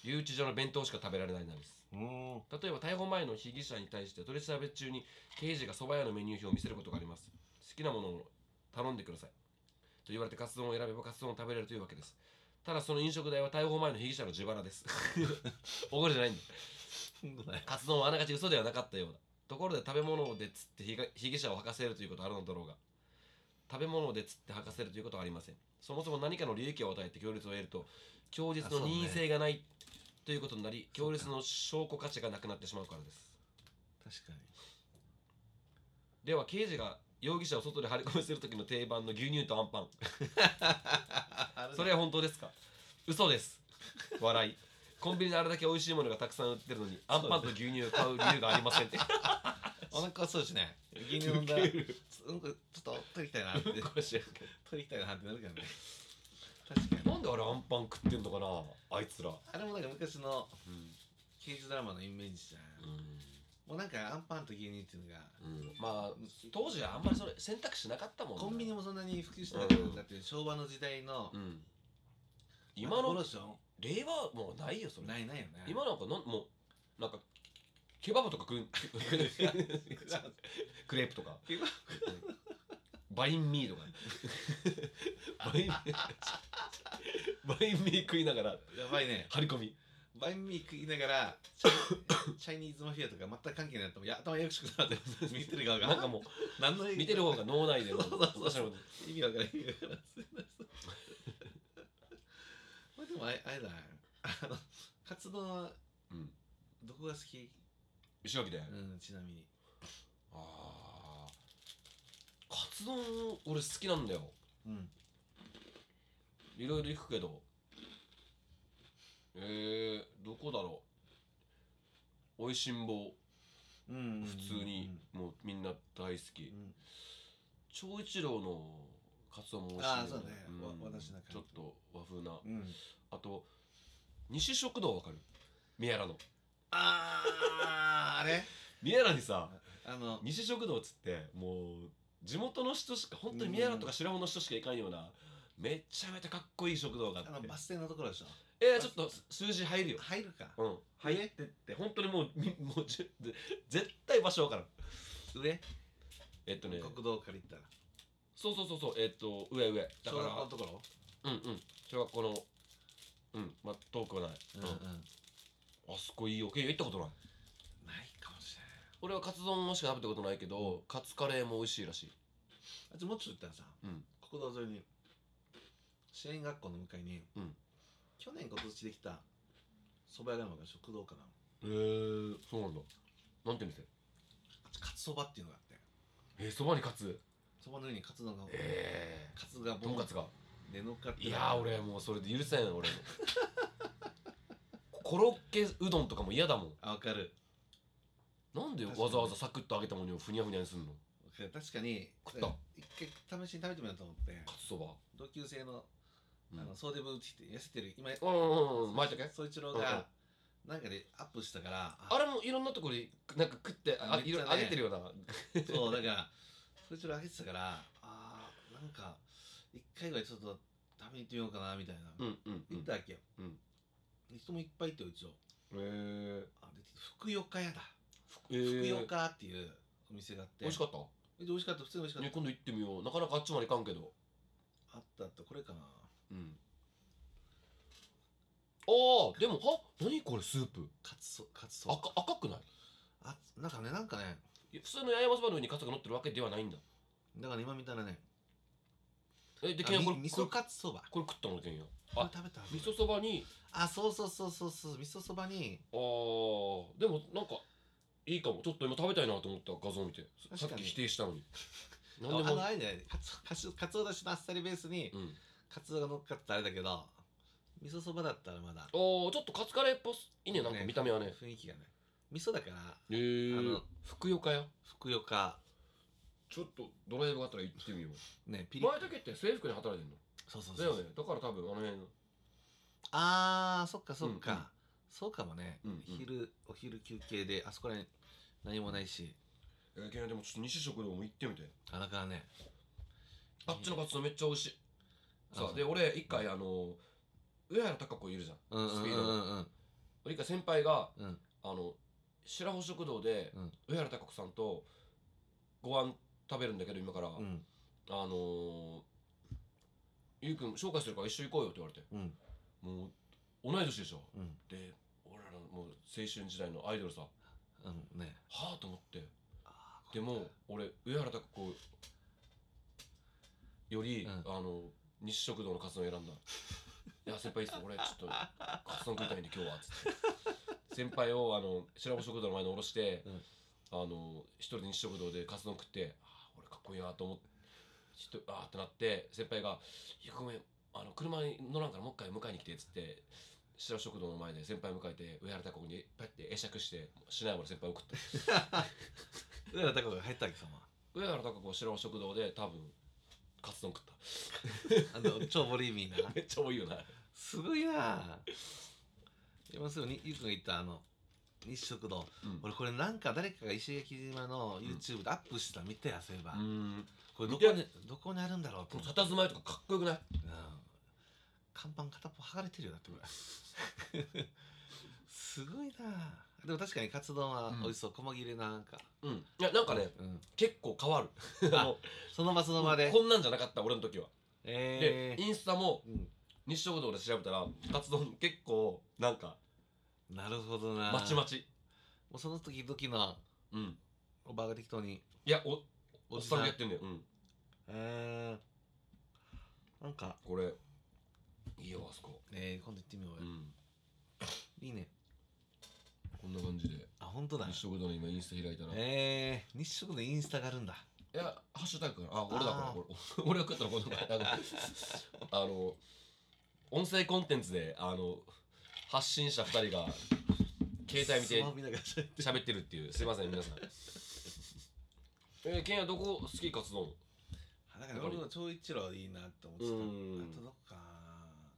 Speaker 5: 留置所の弁当しか食べられないのです
Speaker 6: うんうーん
Speaker 5: 例えば逮捕前の被疑者に対して取り調べ中に刑事が蕎麦屋のメニュー表を見せることがあります好きなものを頼んでくださいと言われてカツ丼を選べばカツ丼を食べれるというわけですただその飲食代は逮捕前の被疑者の自腹です <laughs> おごるじゃないんだ
Speaker 6: ごめん
Speaker 5: カツ丼はあながち嘘ではなかったようだところで食べ物で釣って被害被疑者を吐かせるということはあるのだろうが食べ物で釣って吐かせるということはありませんそもそも何かの利益を与えて強烈を得ると供述
Speaker 6: あそ
Speaker 5: の
Speaker 6: うね
Speaker 5: 任意性がないということになり強烈の証拠価値がなくなってしまうからです
Speaker 6: 確かに
Speaker 5: では刑事が容疑者を外で張り込みする時の定番の牛乳とアンパ
Speaker 6: <laughs>
Speaker 5: ンそれは本当ですか嘘です笑いコンビニにあれだけ美味しいものがたくさん売ってるのにアンパンと牛乳を買う理由がありませんって
Speaker 6: お腹はそうしね牛乳飲んだらうんこちょっと取りたいなって取
Speaker 5: これ知らんけ
Speaker 6: りたいなってなるからね確かに
Speaker 5: どなんであれアンパン食ってんのかなあいつら
Speaker 6: あれもなんか昔の
Speaker 5: うん、
Speaker 6: 刑事ドラマのイメージじゃん、もうなんかアンパンと牛乳っていうのが
Speaker 5: まあ当時はあんまりそれ選択肢なかったもんね
Speaker 6: コンビニもそんなに普及してなかった、
Speaker 5: うん
Speaker 6: だって昭和の時代の
Speaker 5: うん今
Speaker 6: ところ
Speaker 5: の
Speaker 6: でしょ
Speaker 5: 令和はもうないよそれ
Speaker 6: ないないよね
Speaker 5: 今なんかなんもうなんかケバブとか食う
Speaker 6: <laughs>
Speaker 5: クレープとか
Speaker 6: ケバ
Speaker 5: バインミーとかバインミーバインミー食いながら
Speaker 6: <laughs> やばいね
Speaker 5: 張り込み
Speaker 6: バインミー食いながらチャイ <coughs> チャイニーズマフィアとか全く関係ないともいや頭ややこしくなって見てる側が
Speaker 5: なんかも
Speaker 6: 何の意
Speaker 5: う
Speaker 6: 味
Speaker 5: 見てる方が脳内でも
Speaker 6: そうそうそう
Speaker 5: 私の
Speaker 6: 意味わからん意 <laughs> 味わからんすいませんまあでもあれあれだなあのカツ丼は
Speaker 5: うん
Speaker 6: どこが好き、
Speaker 5: 石垣で、
Speaker 6: うん、ちなみに
Speaker 5: あーカツ丼俺好きなんだよ
Speaker 6: うん
Speaker 5: いろいろ行くけどえー、どこだろうおいしん坊
Speaker 6: うん
Speaker 5: 普通にもうみんな大好き
Speaker 6: うん
Speaker 5: 長一郎のカツ丼も美味しい
Speaker 6: あーそうねわ私なんか
Speaker 5: ちょっと和風な
Speaker 6: うん
Speaker 5: あと西食堂わかる宮原の
Speaker 6: あああれ
Speaker 5: 宮原にさ
Speaker 6: あの
Speaker 5: 西食堂っつってもう地元の人しか本当に宮原とか白穂の人しか行かんようなめちゃめちゃかっこいい食堂があって
Speaker 6: あのバス停のところでしょ
Speaker 5: えー、ちょっと数字入るよ
Speaker 6: 入るか
Speaker 5: うん入ってって本当にもうみもうじゅで絶対場所わからん
Speaker 6: 上
Speaker 5: えっとね
Speaker 6: 国道借りたら
Speaker 5: そうそうそうそうえっと上上だか
Speaker 6: 小学校の
Speaker 5: ら
Speaker 6: ところ
Speaker 5: うんうん小学校のうんまあ遠くはない、うんあそこいいよけいや行ったことない
Speaker 6: ないかもしれない
Speaker 5: 俺はカツ丼しか食べたことないけどカツカレーも美味しいらしい
Speaker 6: あっちもうちょっと行ったらさ
Speaker 5: うん
Speaker 6: 国道沿いに支援学校の向かいに、
Speaker 5: うん
Speaker 6: 去年今年できた蕎麦屋があるのが食堂かな
Speaker 5: えー、そうなんだなんて店
Speaker 6: カツそばっていうのがあって
Speaker 5: えー、そばに勝つ
Speaker 6: そばの上にカツ丼が
Speaker 5: え
Speaker 6: カツが
Speaker 5: ー、とんかつが
Speaker 6: で乗っかって
Speaker 5: いやー俺もう <laughs> それで許せん俺コロッケうどんとかも嫌だもん
Speaker 6: あ分かる
Speaker 5: なんで
Speaker 6: 確かに
Speaker 5: わざわざサクッと揚げたものをふにゃふにゃにするの
Speaker 6: わかる確かに
Speaker 5: 食った
Speaker 6: 一回試しに食べてみようと思って
Speaker 5: カツそば
Speaker 6: 同級生の
Speaker 5: うん
Speaker 6: あの総出部って痩せてる今
Speaker 5: うんうんうん前だけ
Speaker 6: 総一郎がなんかでアップしたから
Speaker 5: あれもいろんなところになんか食ってあ、い
Speaker 6: めっち
Speaker 5: ろ
Speaker 6: ゃね
Speaker 5: 揚げてるような
Speaker 6: そうだからそいつら上げてたからあーなんか一回ぐらいちょっと食べに行ってみようかなみたいな、
Speaker 5: うんうんう
Speaker 6: 行っ
Speaker 5: ん
Speaker 6: たわけよ、
Speaker 5: うん
Speaker 6: 人もいっぱいいてうちを
Speaker 5: へー
Speaker 6: あで福よか屋だ、
Speaker 5: えー、
Speaker 6: 福よかっていうお店があって
Speaker 5: 美味しかった
Speaker 6: で美味しかった普通に美味し
Speaker 5: ね
Speaker 6: かっ
Speaker 5: 今度行ってみようなかなかあっちまで行かんけど
Speaker 6: たあったあったこれかな
Speaker 5: うんああでもは何これスープ
Speaker 6: カツソカツソ
Speaker 5: 赤赤くない
Speaker 6: あなんかねなんかね
Speaker 5: いや普通の八重山そばの上にカツが乗ってるわけではないんだ
Speaker 6: だから今みたいなね
Speaker 5: えで
Speaker 6: あ
Speaker 5: ケンヤこれ
Speaker 6: み味
Speaker 5: これ
Speaker 6: 噌カツそば
Speaker 5: これ食ったのケンヤ
Speaker 6: あ
Speaker 5: あ
Speaker 6: 食べた
Speaker 5: 味噌そばに
Speaker 6: あそうそうそうそうそう味噌そばに
Speaker 5: あーでもなんかいいかもちょっと今食べたいなと思った画像見て
Speaker 6: 確
Speaker 5: さっ
Speaker 6: かに
Speaker 5: き否定 <laughs> したのに
Speaker 6: あ
Speaker 5: 何でも
Speaker 6: のあれねカツカツカツオだしのあっさりベースに
Speaker 5: うん
Speaker 6: カツオが乗っかってたあれだけど味噌そばだったらまだ
Speaker 5: おーちょっとカツカレーっぽすいいねなんか見た目はね
Speaker 6: 雰囲気がね味噌だから
Speaker 5: へえ
Speaker 6: あの
Speaker 5: ふくよかや
Speaker 6: ふくよか
Speaker 5: ちょっとドライブがあったら行ってみよう
Speaker 6: ねピリッ
Speaker 5: 前だけって制服に働いてんの
Speaker 6: そうそう
Speaker 5: だ
Speaker 6: そう
Speaker 5: よねだから多分あの辺の
Speaker 6: あーそっかそっか、
Speaker 5: うんうん
Speaker 6: そうかもね、
Speaker 5: うんうん
Speaker 6: 昼お昼休憩であそこらに何もないし
Speaker 5: えー、けんでもちょっと西食堂も行ってみて
Speaker 6: あだからね
Speaker 5: あっちのカツ丼めっちゃ美味しい
Speaker 6: あ
Speaker 5: さ
Speaker 6: そ
Speaker 5: あ
Speaker 6: う
Speaker 5: で俺一回あの上原孝子いるじゃん
Speaker 6: うんうんうんうん
Speaker 5: 俺一回先輩が
Speaker 6: うん
Speaker 5: あの白穂食堂で
Speaker 6: うん
Speaker 5: 上原孝子さんとご飯食べるんだけど今から、
Speaker 6: うん
Speaker 5: あのー、ゆうくん紹介するから一緒に行こうよって言われて
Speaker 6: うん
Speaker 5: もう同い年でしょ
Speaker 6: うん
Speaker 5: で俺らのもう青春時代のアイドルさは
Speaker 6: うんね
Speaker 5: あと思って
Speaker 6: あー
Speaker 5: でも俺上原拓子より、
Speaker 6: うん
Speaker 5: あの西食堂のカツ丼選んだいや先輩いいっすよ俺ちょっとカツ丼食いたいんで今日はっつって先輩をあの白子食堂の前に下ろして、
Speaker 6: うん
Speaker 5: あの一人で西食堂でカツ丼食ってあー俺かっこいいなと思ってちょっとあーってなって先輩が「いやごめんあの車に乗らんからもう一回迎えに来て」っつって白子食堂の前で先輩迎えて上原拓子にパッて会釈してしないまで先輩送った
Speaker 6: 上原孝子が入ったわけさま
Speaker 5: 上原孝子白尾食堂で多分カツ丼食った <laughs>
Speaker 6: あの超ボリューミーな
Speaker 5: めっちゃ多いよな
Speaker 6: すごいな今すぐにゆうくんが言ったあの日食堂
Speaker 5: うん
Speaker 6: 俺これなんか誰かが石垣島の YouTube でアップしたの見てやそういえば、
Speaker 5: うん
Speaker 6: これどこ
Speaker 5: 見
Speaker 6: にどこにあるんだろうと
Speaker 5: この
Speaker 6: 思って、
Speaker 5: 佇まいとかかっこよくない
Speaker 6: うん、看板片っぽ剥がれてるよだってこれすごいなでも確かにカツ丼は美味しそう、細切れなんか、
Speaker 5: うんいやなんかね
Speaker 6: うん、
Speaker 5: 結構変わる <laughs> あの
Speaker 6: その場その場で、
Speaker 5: こんなんじゃなかった俺の時はで
Speaker 6: えー
Speaker 5: インスタも
Speaker 6: うん
Speaker 5: 日食堂で調べたらカツ丼結構なんか
Speaker 6: なるほどな
Speaker 5: まちまち
Speaker 6: もうその時々の
Speaker 5: うん
Speaker 6: おばあが適当に
Speaker 5: いやおお
Speaker 6: お
Speaker 5: っ
Speaker 6: じ
Speaker 5: さ
Speaker 6: さ
Speaker 5: ん
Speaker 6: ん
Speaker 5: がやってんだようん
Speaker 6: えー、なんか
Speaker 5: これいいよあそこ
Speaker 6: ねえ今度行ってみようよ、
Speaker 5: うん
Speaker 6: いいね
Speaker 5: こんな感じで
Speaker 6: あ本当だ
Speaker 5: 日食堂の今インスタ開いたらい
Speaker 6: えー、日食のインスタがあるんだ
Speaker 5: やハッシュタグかなあ俺だから
Speaker 6: あー
Speaker 5: これ俺 <laughs> が食ったのこの前
Speaker 6: <laughs>
Speaker 5: なんかあの音声コンテンツであの発信者2人が携帯見て
Speaker 6: スマホ見ながら喋って
Speaker 5: 喋ってるっていうすいません皆さんえー、ケンヤどこ好きカツ丼
Speaker 6: <laughs> あだから俺も超一郎いいなって思ってた
Speaker 5: う
Speaker 6: あ
Speaker 5: ん
Speaker 6: とどこかな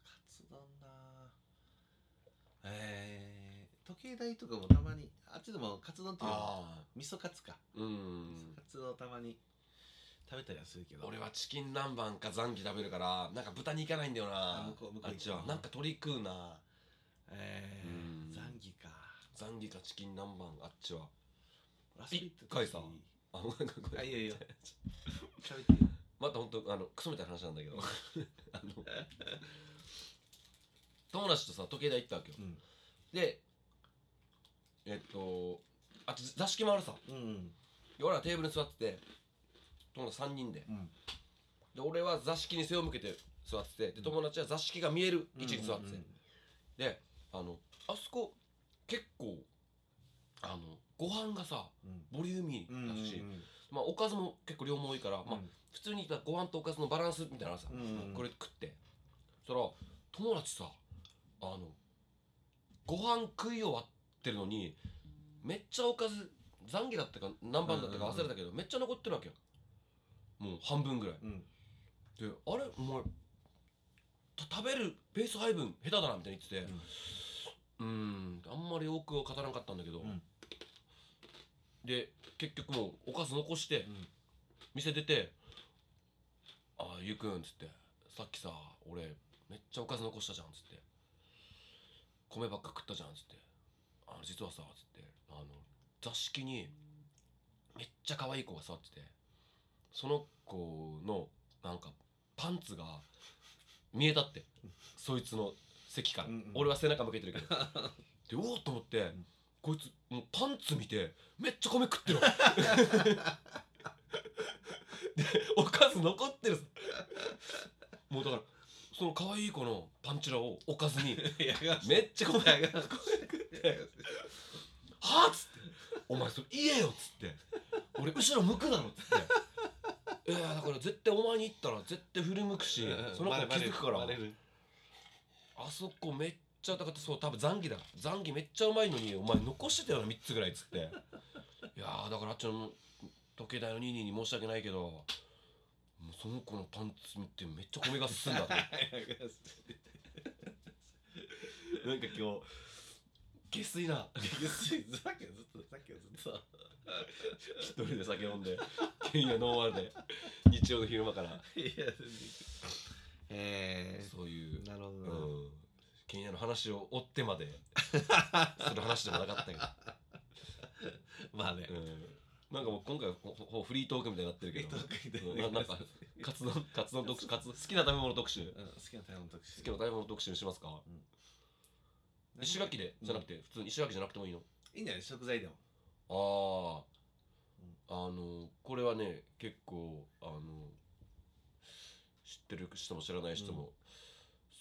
Speaker 6: カツ丼なえー、時計台とかもたまにあっちでもカツ丼っていうの
Speaker 5: あ
Speaker 6: 味噌カツか、
Speaker 5: う
Speaker 6: 味噌
Speaker 5: ん
Speaker 6: カツをたまに食べたりはするけど
Speaker 5: 俺はチキン南蛮かザンギ食べるからなんか豚に行かないんだよ
Speaker 6: あ
Speaker 5: な
Speaker 6: 向こう向こ
Speaker 5: あ
Speaker 6: う
Speaker 5: っ
Speaker 6: 行く
Speaker 5: ちはなんか鳥食うな
Speaker 6: え
Speaker 5: うん
Speaker 6: ー、ザンギか
Speaker 5: ザンギかチキン南蛮あっちは
Speaker 6: ラスビット
Speaker 5: 一回さあごめんごめんご
Speaker 6: あ
Speaker 5: めん
Speaker 6: いやいや喋ってる
Speaker 5: また本当あのクソみたいな話なんだけど <laughs> あの友達とさ時計台行ったわけよ
Speaker 6: うん
Speaker 5: でえっとあっち座敷もあるさ
Speaker 6: うん
Speaker 5: で俺らテーブルに座ってて友達3人で
Speaker 6: うん
Speaker 5: で俺は座敷に背を向けて座っててで友達は座敷が見える位置に座ってて、であのあそこ結構あのご飯がさ
Speaker 6: うん
Speaker 5: ボリューミ
Speaker 6: うん
Speaker 5: ーだし、まあ、おかずも結構量も多いから、まあ、普通にご飯とおかずのバランスみたいなのさ、
Speaker 6: うん
Speaker 5: これ食ってそら友達さあのご飯食い終わってるのにめっちゃおかず残儀だったか何番だったか忘れたけど、めっちゃ残ってるわけよもう半分ぐらい
Speaker 6: うん
Speaker 5: で「あれお前た食べるペース配分下手だな」みたいに言っててうーんあんまり多くは語らなかったんだけど、
Speaker 6: うん
Speaker 5: で結局もうおかず残して、
Speaker 6: ん
Speaker 5: 店出て「ああゆうくん」っつって「さっきさ俺めっちゃおかず残したじゃん」っつって「米ばっか食ったじゃん」っつって「あの実はさ」っつってあの座敷にめっちゃ可愛い子が座っててその子のなんかパンツが見えたってそいつの席から、
Speaker 6: うんうん
Speaker 5: 俺は背中向けてるけ
Speaker 6: <laughs>
Speaker 5: どでおおっと思って、こいつもうパンツ見てめっちゃ米食ってるわでおかず残ってるぞもうだからその可愛い子のパンチラをおかずに
Speaker 6: いやが
Speaker 5: めっちゃ米
Speaker 6: いやが
Speaker 5: はあっつって「お前それ言えよ」っつって「俺後ろ向くだろ」っつって「いやだから絶対お前に言ったら絶対振り向くしその子気づくから
Speaker 6: バレる
Speaker 5: あそこめっちゃだからそう多分残儀だ残儀めっちゃうまいのにお前残してたよな3つぐらい」っつって「いやーだからあっちの時計台のニーニーに申し訳ないけどもうその子のパンツ見てめっちゃ米が進んだ」
Speaker 6: <laughs>
Speaker 5: って
Speaker 6: バレる
Speaker 5: なんか今日下水ない
Speaker 6: やついさっきはずっとさっきはずっと
Speaker 5: 一人で酒飲んで <laughs> 深夜ノンアルで日曜の昼間から
Speaker 6: いやえ
Speaker 5: そういう
Speaker 6: ー、なるほどな、
Speaker 5: うん、ケニアの話を追ってまでする話でもなかったけど、
Speaker 6: まあね、
Speaker 5: うん、なんかもう今回はほほフリートークみたいになってるけど
Speaker 6: フリートークみたいに
Speaker 5: うんななんかカツ丼カツ丼特集カツ好きな食べ物特集好
Speaker 6: うん、好きな台湾特集
Speaker 5: きな食べ物特集にしますか石垣でじゃなくて、普通に石垣じゃなくてもいいの
Speaker 6: いいんじゃない食材でも
Speaker 5: あああのこれはね結構あの知ってる人も知らない人も、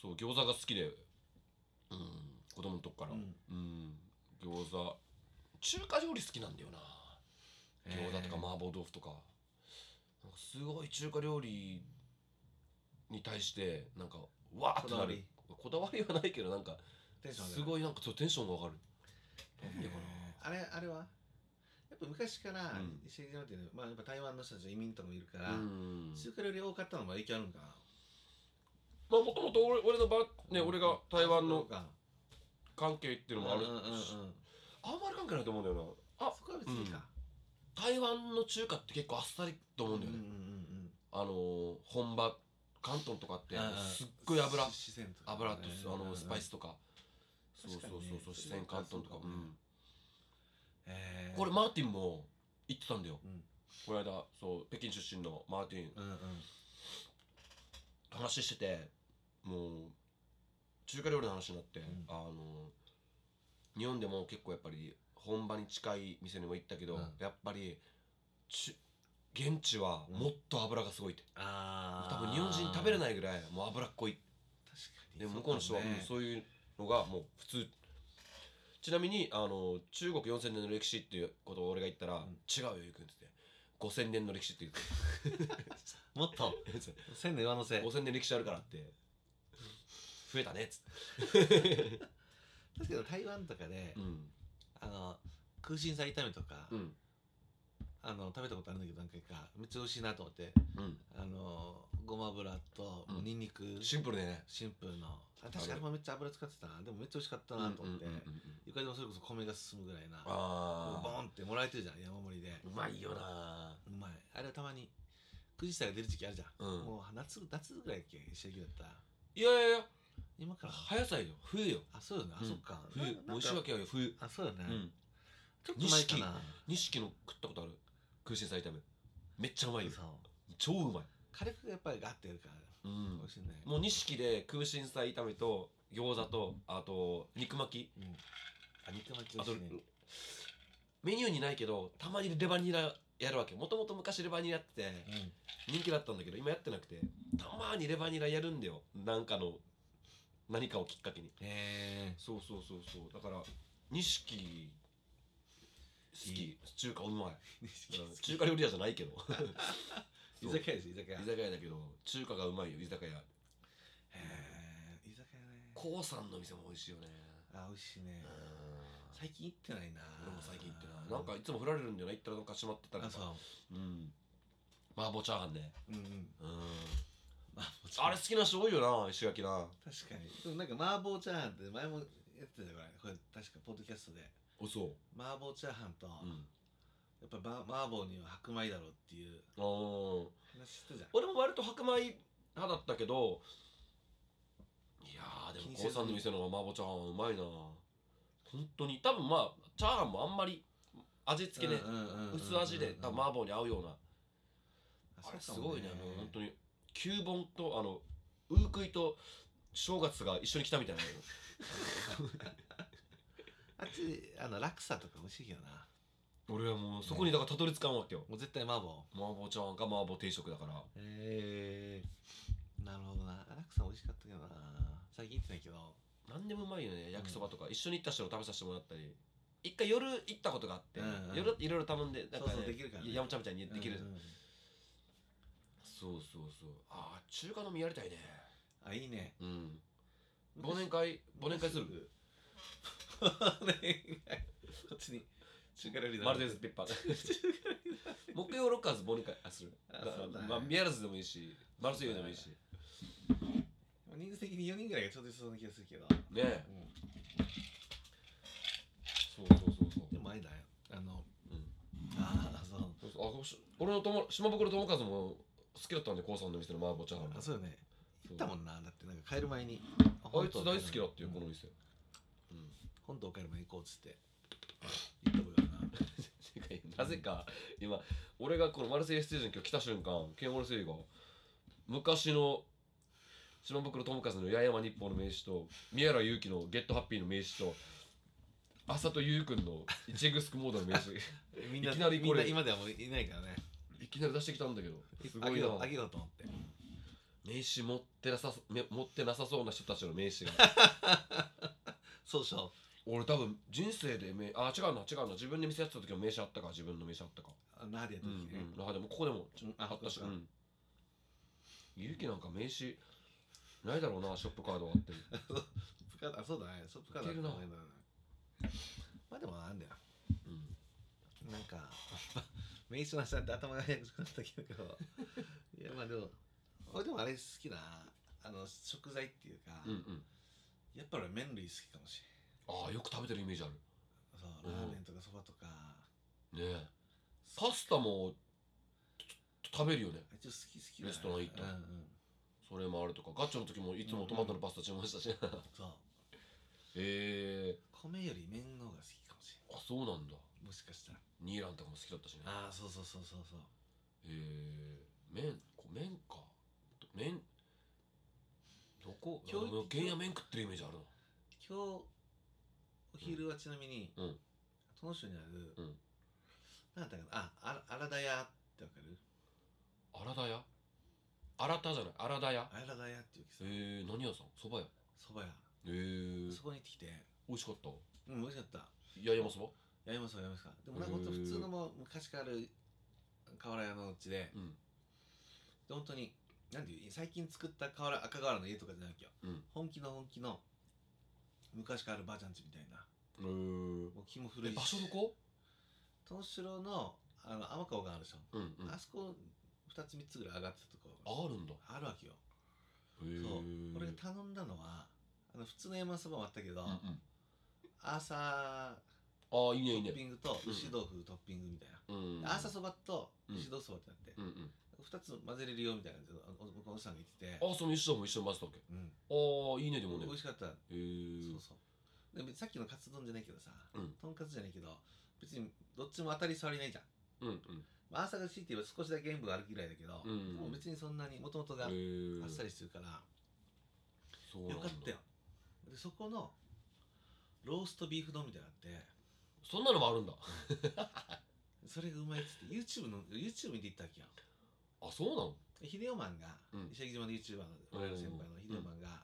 Speaker 5: そう餃子が好きで、うん、子供のとこから、
Speaker 6: うん
Speaker 5: うん餃子中華料理好きなんだよな餃子とか
Speaker 6: も
Speaker 5: 麻婆豆腐とか,、なんかすごい中華料理に対してなんかわーってなるこだわりはないけどなんか
Speaker 6: テンション
Speaker 5: す
Speaker 6: 上がる
Speaker 5: ごいなんかそうテンションが上がるなんでかな
Speaker 6: あれあれはやっぱ昔から
Speaker 5: うん
Speaker 6: 石垣島っていうのは、まあやっぱ台湾の人たち移民とかもいるから、
Speaker 5: うん
Speaker 6: 中華料理多かったのも影響あるんか
Speaker 5: ま
Speaker 6: な
Speaker 5: あもともと俺俺の場ね俺が台湾の
Speaker 6: か
Speaker 5: 関係っていうのもある
Speaker 6: うんうんうんうんそ
Speaker 5: あんまり関係ないと思うんだよなあ
Speaker 6: こは別にいいか、
Speaker 5: 台湾の中華って結構あっさりと思うんだよね、
Speaker 6: うんうんうん
Speaker 5: あのー本場広東とかって
Speaker 6: うんうん
Speaker 5: すっごい油
Speaker 6: し四川
Speaker 5: 油
Speaker 6: とかね
Speaker 5: とすあ
Speaker 6: うんうんう
Speaker 5: の
Speaker 6: ん
Speaker 5: スパイスとかそうそう
Speaker 6: 確かにね
Speaker 5: そうそう四川広東とかう
Speaker 6: そうかも
Speaker 5: ん
Speaker 6: ねえー
Speaker 5: これマーティンも言ってたんだよ
Speaker 6: うん
Speaker 5: この間そう北京出身のマーティン
Speaker 6: うんうん
Speaker 5: 話しててもう中華料理の話になって、
Speaker 6: ん
Speaker 5: あの日本でも結構やっぱり本場に近い店にも行ったけど、
Speaker 6: うん
Speaker 5: やっぱりち現地はもっと油がすごいって、
Speaker 6: あ
Speaker 5: 多分日本人食べれ
Speaker 6: い
Speaker 5: ないぐらいもう脂っこい
Speaker 6: 確かに
Speaker 5: で向こうの人は
Speaker 6: そうかも
Speaker 5: も
Speaker 6: ね
Speaker 5: うそういうのがもう普通ちなみにあの中国4000年の歴史っていうことを俺が言ったら「違うよゆうくん」って言って「5000年の歴史」って言
Speaker 6: <laughs>
Speaker 5: って
Speaker 6: もっと
Speaker 5: 「
Speaker 6: <laughs> 千年上乗せ
Speaker 5: 5000年歴史あるから」って「増えたね」っつって。
Speaker 6: 確かに台湾とかで、
Speaker 5: うん
Speaker 6: あの空心菜炒めとか、
Speaker 5: うん
Speaker 6: あの食べたことあるんだけど何回かめっちゃ美味しいなと思って
Speaker 5: うん、
Speaker 6: あのごま油と
Speaker 5: うん
Speaker 6: にんにく
Speaker 5: シンプルでね。
Speaker 6: シンプルのあ確かにあれもめっちゃ油使ってたなでもめっちゃ美味しかったなと思って、
Speaker 5: うんうんうんうん
Speaker 6: 床でもそれこそ米が進むぐらいな
Speaker 5: あ
Speaker 6: ボンってもらえてるじゃん山盛りで
Speaker 5: ーうまいよな。
Speaker 6: うまいあれはたまに9時歳が出る時期あるじゃん、
Speaker 5: うん
Speaker 6: もう夏夏ぐらいだっけ石焼きだったら
Speaker 5: いやいやいや、
Speaker 6: 今から
Speaker 5: 早さよ、冬よ。
Speaker 6: あそうよねあ、
Speaker 5: うん
Speaker 6: そっか
Speaker 5: 冬、
Speaker 6: な
Speaker 5: もう石
Speaker 6: なんか
Speaker 5: 垣はよ、冬。
Speaker 6: あそうよね、
Speaker 5: うん、
Speaker 6: ちょっと前かな
Speaker 5: 錦の食ったことある。空心菜炒め。めっちゃうまいよ。
Speaker 6: そう
Speaker 5: 超うまい。
Speaker 6: 火力がやっぱりガッてやるから
Speaker 5: うん
Speaker 6: 美味しいね
Speaker 5: もう錦で空心菜炒めと餃子と、あと肉巻
Speaker 6: うんあ肉巻き
Speaker 5: き。あ
Speaker 6: 美味
Speaker 5: と
Speaker 6: しいね、
Speaker 5: メニューにないけど、たまにレバニラやるわけもともと昔レバニラって
Speaker 6: うん
Speaker 5: 人気だったんだけど今やってなくてたまにレバニラやるんだよなんかの何かをきっかけに
Speaker 6: へえ
Speaker 5: そうそうそうそうだから錦好
Speaker 6: い
Speaker 5: き中華うまいうん中華料理屋じゃないけ <laughs> ど
Speaker 6: 居酒屋です居酒屋
Speaker 5: 居
Speaker 6: へ
Speaker 5: 酒屋だけど中華がうまいよ居酒屋
Speaker 6: え居酒屋ね
Speaker 5: コウさんの店も美味しいよね
Speaker 6: あ美味しいね
Speaker 5: うん
Speaker 6: 最近行ってないな
Speaker 5: 俺も最近行ってななんかいつも振られるんじゃない行ったらなんか閉まってたり
Speaker 6: あ
Speaker 5: とか
Speaker 6: そ
Speaker 5: うん麻婆チャーハンね
Speaker 6: ううんうん
Speaker 5: うん
Speaker 6: まあもちろん
Speaker 5: あれ好きな人多いよな石垣な
Speaker 6: 確かにでもなんか麻婆チャーハンって前もやってたからこれ確かポッドキャストで
Speaker 5: おそ
Speaker 6: 麻婆チャーハンと、
Speaker 5: ううん
Speaker 6: やっぱば麻婆には白米だろうっていう
Speaker 5: あー
Speaker 6: 話してたじゃん
Speaker 5: 俺も割と白米派だったけどいやーで
Speaker 6: 気
Speaker 5: も
Speaker 6: に
Speaker 5: 高
Speaker 6: せず
Speaker 5: さんの店の麻婆チャーハンはうまいな本当に多分まあチャーハンもあんまり味付けね、
Speaker 6: うんうんうんうんうん
Speaker 5: 薄味で多分麻婆に合うような、
Speaker 6: あ
Speaker 5: あれす
Speaker 6: そうかも
Speaker 5: ごいねもう本当
Speaker 6: に
Speaker 5: に旧盆とあのウークイと正月が一緒に来たみたいな
Speaker 6: あっちあの落差とか美味しいけどな <laughs>
Speaker 5: 俺はもうそこにだからたどり着かんわけよ
Speaker 6: もう絶対麻婆
Speaker 5: 麻婆チャーハンか麻婆定食だから
Speaker 6: へえなるほどな落差美味しかったけどな最近行ってないけど
Speaker 5: 何でもうまいよね焼きそばとか、一緒に行った人を食べさせてもらったり一回夜行ったことがあって、
Speaker 6: うんうん
Speaker 5: 夜いろいろ頼んでなんか、ね、
Speaker 6: そうそうできるからね
Speaker 5: やもちゃみたいにできる、
Speaker 6: うんうん
Speaker 5: そうそうそうああ中華飲みやりたいね
Speaker 6: あいいね
Speaker 5: うん忘年会忘年会する
Speaker 6: 忘年会こっちに <laughs> 中華料理だ
Speaker 5: マルデンズペッパー木曜ロッカーズ忘年会あする
Speaker 6: あそうだね
Speaker 5: まあミアラズでもいいしマルセイユでもいいしね
Speaker 6: 人数的に4人ぐらいがちょうどいそうな気がするけど、
Speaker 5: え
Speaker 6: うん
Speaker 5: そうそうそうそう
Speaker 6: でも前だよあの
Speaker 5: うん
Speaker 6: ああそう
Speaker 5: そうそうあこし俺の友島袋友和も好きだったんで高さんの店の麻婆チャーハン
Speaker 6: あそうよね行ったもんなだってなんか帰る前に
Speaker 5: あいつ大好きだっていううんこの店うん
Speaker 6: 本島帰る前に行こうっつって行ったことあるな
Speaker 5: てか <laughs> なぜか今俺がこのマルセイユステージに今日来た瞬間ケン・オルセイユが昔の島袋友和の八重山日報の名刺と宮原祐希のゲットハッピーの名刺と浅戸優君の一グスクモードの名 <laughs> 刺
Speaker 6: みんない
Speaker 5: きなりこれ
Speaker 6: みんな今ではもういないからね
Speaker 5: いきなり出してきたんだけどす
Speaker 6: あ
Speaker 5: ごい
Speaker 6: げ
Speaker 5: な
Speaker 6: ようあげようと思って
Speaker 5: 名刺持ってなさそめ持ってなさそうな人たちの名 <laughs> 刺が
Speaker 6: そうそう
Speaker 5: 俺多分人生で名あ違うな違うな自分で店やってた時も名刺あったか自分の名刺あったか
Speaker 6: あ那覇でやっ
Speaker 5: う
Speaker 6: た
Speaker 5: ん
Speaker 6: 時ね、
Speaker 5: うんあでもここでも
Speaker 6: うん
Speaker 5: あったし、
Speaker 6: そうか
Speaker 5: うん。ゆうきなんか名刺ないだろうな、ショップカードはって。
Speaker 6: プカあそうだねそうプカだ
Speaker 5: いけるな
Speaker 6: まあでもあんだよ
Speaker 5: <laughs> うん。
Speaker 6: なんか <laughs> 名刺の話なんて頭がややこしくなっ
Speaker 5: <laughs>
Speaker 6: たけどいやまあでも俺でもあれ好きなあの食材っていうか、
Speaker 5: うんうん。
Speaker 6: やっぱ俺麺類好きかもし
Speaker 5: ああ、よく食べてるイメージある。
Speaker 6: れんそ
Speaker 5: う
Speaker 6: うラ
Speaker 5: ん
Speaker 6: ーメンとかそばとか
Speaker 5: ねえ。パスタもちょ食べるよね。
Speaker 6: 一応好き好きだ、ね、
Speaker 5: レストラン行った
Speaker 6: うんうん
Speaker 5: それもあるとか。ガッチョの時もいつもトマトのパスタ注文した <laughs> し。
Speaker 6: そう
Speaker 5: ええ
Speaker 6: 米より麺の方が好きかもし
Speaker 5: あ、そうなんだ。
Speaker 6: れんもしかしたら
Speaker 5: ニーランとかも好きだったしね。
Speaker 6: ああそうそうそうそうそう
Speaker 5: ええ麺、こ麺か。麺、どこ
Speaker 6: 教育
Speaker 5: 原野麺食ってるイメージあるな。
Speaker 6: 今日お昼はちなみに、
Speaker 5: うん
Speaker 6: その州にある、
Speaker 5: うん
Speaker 6: なんだったかなああらだ屋ってわかる
Speaker 5: あらだ屋あらたじゃない、あらだ屋。
Speaker 6: あらだ屋っていう
Speaker 5: ええ
Speaker 6: さ
Speaker 5: 何屋さん蕎麦屋。
Speaker 6: そば屋
Speaker 5: ええ
Speaker 6: そこに行ってきて
Speaker 5: 美味しかった
Speaker 6: うん美味しかった
Speaker 5: 八重山そば
Speaker 6: やりますかやりますかでもなんかほんと普通のもう昔からある瓦屋のうちで
Speaker 5: うん
Speaker 6: で本当になんていう最近作った瓦赤瓦の家とかじゃないわけよ、
Speaker 5: うん
Speaker 6: 本気の本気の昔からあるばあちゃんちみたいな
Speaker 5: へ
Speaker 6: もう気も古
Speaker 5: え
Speaker 6: いし
Speaker 5: 場所どこ
Speaker 6: 東城のあの天川があるでしょ、
Speaker 5: うんうん
Speaker 6: あ
Speaker 5: あ
Speaker 6: そこ2つ3つぐらい上がってたとこ
Speaker 5: あるんだへ
Speaker 6: あるわけよ
Speaker 5: え
Speaker 6: そう
Speaker 5: こ
Speaker 6: 俺が頼んだのはあの普通の山そばもあったけど、
Speaker 5: うんうん
Speaker 6: 朝
Speaker 5: ああいいねいい
Speaker 6: トッピ
Speaker 5: ね
Speaker 6: ングと
Speaker 5: うん
Speaker 6: 牛豆腐トッピングみたいな、
Speaker 5: うん
Speaker 6: 朝そばと
Speaker 5: うん
Speaker 6: 牛豆腐そばってなって、
Speaker 5: うんうん
Speaker 6: 二つ混ぜれるよみたいな感じでおおおおじさんが言ってて、
Speaker 5: あその一緒も一緒に混ぜたわけ
Speaker 6: う
Speaker 5: あ
Speaker 6: ん、
Speaker 5: あいいねでもね
Speaker 6: 美味しかった、
Speaker 5: へえ
Speaker 6: そうそうで別にさっきのカツ丼じゃないけどさ、
Speaker 5: うん
Speaker 6: とんかつじゃないけど別にどっちも当たり障りないじゃ
Speaker 5: うんう
Speaker 6: ん、
Speaker 5: ん
Speaker 6: まあ、朝が強いて言えば少しだけ塩分あるぐらいだけど、
Speaker 5: うん
Speaker 6: もう別にそんなにもともとがあっ
Speaker 5: へえ
Speaker 6: さりしてるから、
Speaker 5: そうなん
Speaker 6: よ
Speaker 5: だ
Speaker 6: かったよでそこのローストビーフ丼みたいなのあって
Speaker 5: そんなのもあるんだ
Speaker 6: それがうまいっつって YouTube の YouTube 見ていったわけよ
Speaker 5: あそうなの
Speaker 6: で秀夫マンが、
Speaker 5: うん
Speaker 6: 石垣島の YouTuber の
Speaker 5: うん
Speaker 6: 我々の先輩の秀夫マンが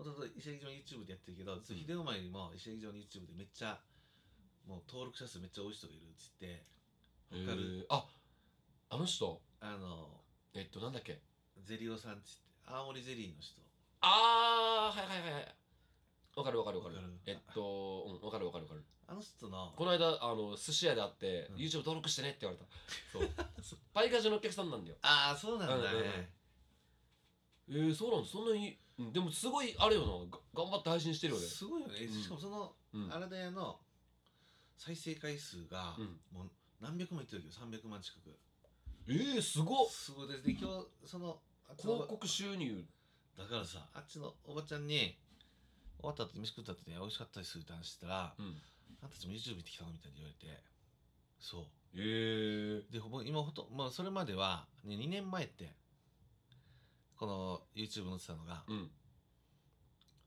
Speaker 6: もともと石垣島 YouTube でやってるけど実は秀夫マンよりも石垣島の YouTube でめっちゃもう登録者数めっちゃ多い人がいるっつってわか
Speaker 5: へー
Speaker 6: る
Speaker 5: ああの人
Speaker 6: あの
Speaker 5: えっとなんだっけ
Speaker 6: ゼリオさんっつって青森ゼリーの人
Speaker 5: あーはいはいはいはいわかるわかるわかる
Speaker 6: わかる
Speaker 5: えっとうんわかるわかるわかる
Speaker 6: あの人の
Speaker 5: この間あの寿司屋で会って、
Speaker 6: うん
Speaker 5: YouTube 登録してねって言われたそう <laughs> パイガジのお客さんなんだよ
Speaker 6: ああそうなんだね、
Speaker 5: うんうんうんえー、そうなんだそんなにうんでもすごいあれよなが頑張って配信してるよね
Speaker 6: すごいよね、
Speaker 5: うん
Speaker 6: しかもその
Speaker 5: うん
Speaker 6: 荒田屋の再生回数が
Speaker 5: うん
Speaker 6: もう何百万いってるけど300万近く
Speaker 5: えー、すごっ
Speaker 6: すごいですで今日そのあっちのお
Speaker 5: 広
Speaker 6: ば
Speaker 5: 告収入
Speaker 6: だからさあっちのおばちゃんに終わった後飯食った後に美味しかったりするって話したら
Speaker 5: うん
Speaker 6: 「あんたたちも YouTube 行ってきたの?」みたいに言われてそ
Speaker 5: えー、
Speaker 6: うでほぼ今ほと、まあ、それまでは、ね、2年前ってこの YouTube 載ってたのが、
Speaker 5: うん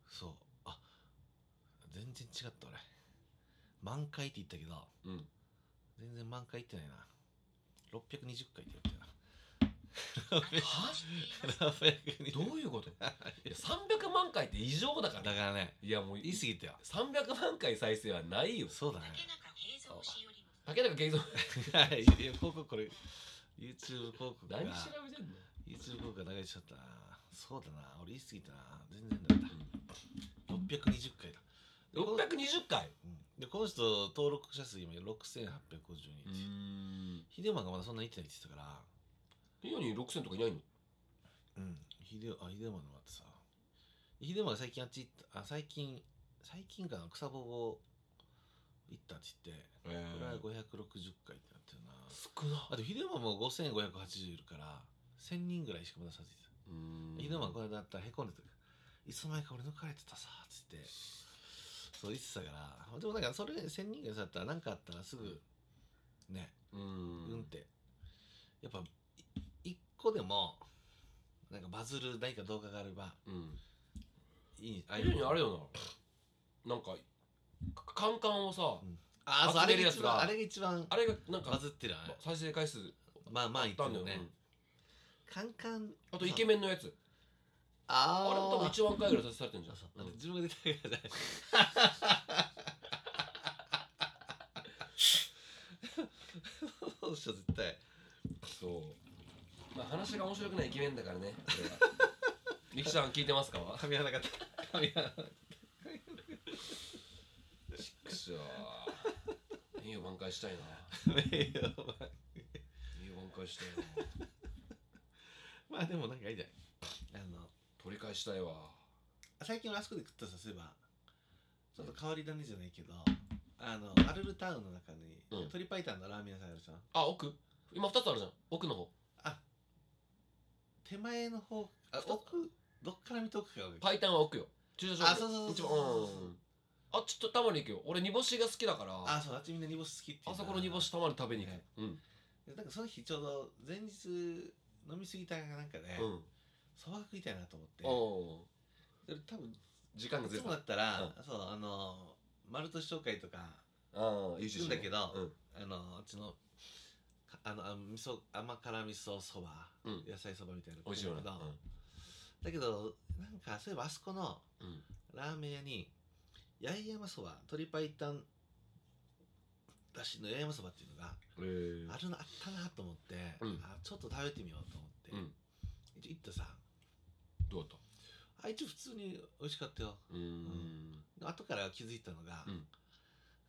Speaker 6: そうあ全然違った俺満開って言ったけど
Speaker 5: うん
Speaker 6: 全然満開いってないな620回って言ってる
Speaker 5: は
Speaker 6: な620
Speaker 5: どういうこといや300万回って異常だか
Speaker 6: だ
Speaker 5: ら
Speaker 6: からね
Speaker 5: いやもう
Speaker 6: 言い過ぎたよ
Speaker 5: 300万回再生はないよ
Speaker 6: そうだね
Speaker 5: 竹中 <laughs> 敬三
Speaker 6: はい <laughs> いや広告これ YouTube 広告が
Speaker 5: 何調べてんの
Speaker 6: YouTube 広告が流れちゃったなそうだな俺言い過ぎたな全然だった620回だでこの
Speaker 5: 620回
Speaker 6: うんでこの人登録者数今6850
Speaker 5: う
Speaker 6: 人
Speaker 5: ん
Speaker 6: 秀馬がまだそんなにいってないって言ってたから
Speaker 5: 世に6000とかいないの
Speaker 6: うん、ヒデあヒデマの待ってさヒデマが最近あっち行ったあ最近最近かな草ぼぼ行ったっつって
Speaker 5: え
Speaker 6: これは560回ってなってるな
Speaker 5: 少な
Speaker 6: あとヒデマも5580いるから1000人ぐらいしかまださせてた
Speaker 5: うん
Speaker 6: ヒデマこれだったらへこんでたいつの間にか俺抜かれてたさっつってそう言ってたからでもなんかそれ1000人ぐらいだったら何かあったらすぐね
Speaker 5: う
Speaker 6: うんっ
Speaker 5: ん
Speaker 6: てやっぱい一個でもなんかバズる何か動画があれば
Speaker 5: うん
Speaker 6: いいあ
Speaker 5: 世にあれよななんかかカンカンをさ
Speaker 6: うんあーそうあ
Speaker 5: 集める
Speaker 6: れが
Speaker 5: やつ
Speaker 6: 一番
Speaker 5: が
Speaker 6: あれが一番
Speaker 5: あれがなん
Speaker 6: バ
Speaker 5: か
Speaker 6: ズってるよね
Speaker 5: 再生回数い
Speaker 6: まあまあ言って
Speaker 5: たん
Speaker 6: る
Speaker 5: だ
Speaker 6: よ
Speaker 5: よう
Speaker 6: ね
Speaker 5: ん
Speaker 6: カンカン
Speaker 5: あとイケメンのやつあ
Speaker 6: あ
Speaker 5: れも多分
Speaker 6: あ
Speaker 5: 1万回ぐらい再生されてんじゃん
Speaker 6: そう
Speaker 5: う
Speaker 6: だって
Speaker 5: ん
Speaker 6: 自分が出たからじゃない <laughs> そうでしょ絶対
Speaker 5: そうまあ話が面白くないイケメンだからねこれは
Speaker 6: <laughs>
Speaker 5: ミキさん聞いてますか
Speaker 6: 噛み合わなかった噛み合わなかっ
Speaker 5: くそ名誉挽回したいな
Speaker 6: たいやお前
Speaker 5: 名誉挽回したいな
Speaker 6: まあでもなんかいいじゃないあの
Speaker 5: 取り返したいわ
Speaker 6: 最近俺あそこで食ったさそういえばちょっと変わり種じゃないけどあのアルルタウンの中に、
Speaker 5: うん
Speaker 6: 鶏白湯のラーメン屋さんあるじゃん
Speaker 5: あ奥今2つあるじゃん奥の方
Speaker 6: あ手前の方あ
Speaker 5: 二つ
Speaker 6: 奥どっから見とくかが
Speaker 5: パイタンは奥よ駐車場
Speaker 6: あそうそうそう
Speaker 5: 一番うんあちょっとたまに行くよ俺煮干しが好きだから
Speaker 6: あ
Speaker 5: あ
Speaker 6: そうあっちみんな煮干し好きっていうな
Speaker 5: そこの煮干したまに食べに行く
Speaker 6: ね
Speaker 5: うん
Speaker 6: なんかその日ちょうど前日飲みすぎたかなんかで
Speaker 5: うん
Speaker 6: そば、食いたいなと思って
Speaker 5: お
Speaker 6: それ多分
Speaker 5: 時間が
Speaker 6: い
Speaker 5: ずれ
Speaker 6: つ
Speaker 5: た
Speaker 6: もだったら、そうあの丸年紹介とか
Speaker 5: ああ
Speaker 6: 行くんだけど
Speaker 5: うん
Speaker 6: あのあっちのかあのあ味噌甘辛味噌そば
Speaker 5: うん
Speaker 6: 野菜そばみたいなの
Speaker 5: 美味しいよね
Speaker 6: だけどだけどなんかそういえばあそこの
Speaker 5: うんうん
Speaker 6: ラーメン屋に八重山そば鶏白湯だしの八重山そばっていうのが
Speaker 5: えー
Speaker 6: あるのあったなと思って、
Speaker 5: うん
Speaker 6: あちょっと食べてみようと思って、
Speaker 5: うん
Speaker 6: 一応行ったさ
Speaker 5: どうだった
Speaker 6: あ一応普通に美味しかったよ
Speaker 5: うーん
Speaker 6: 後から気づいたのが、
Speaker 5: うん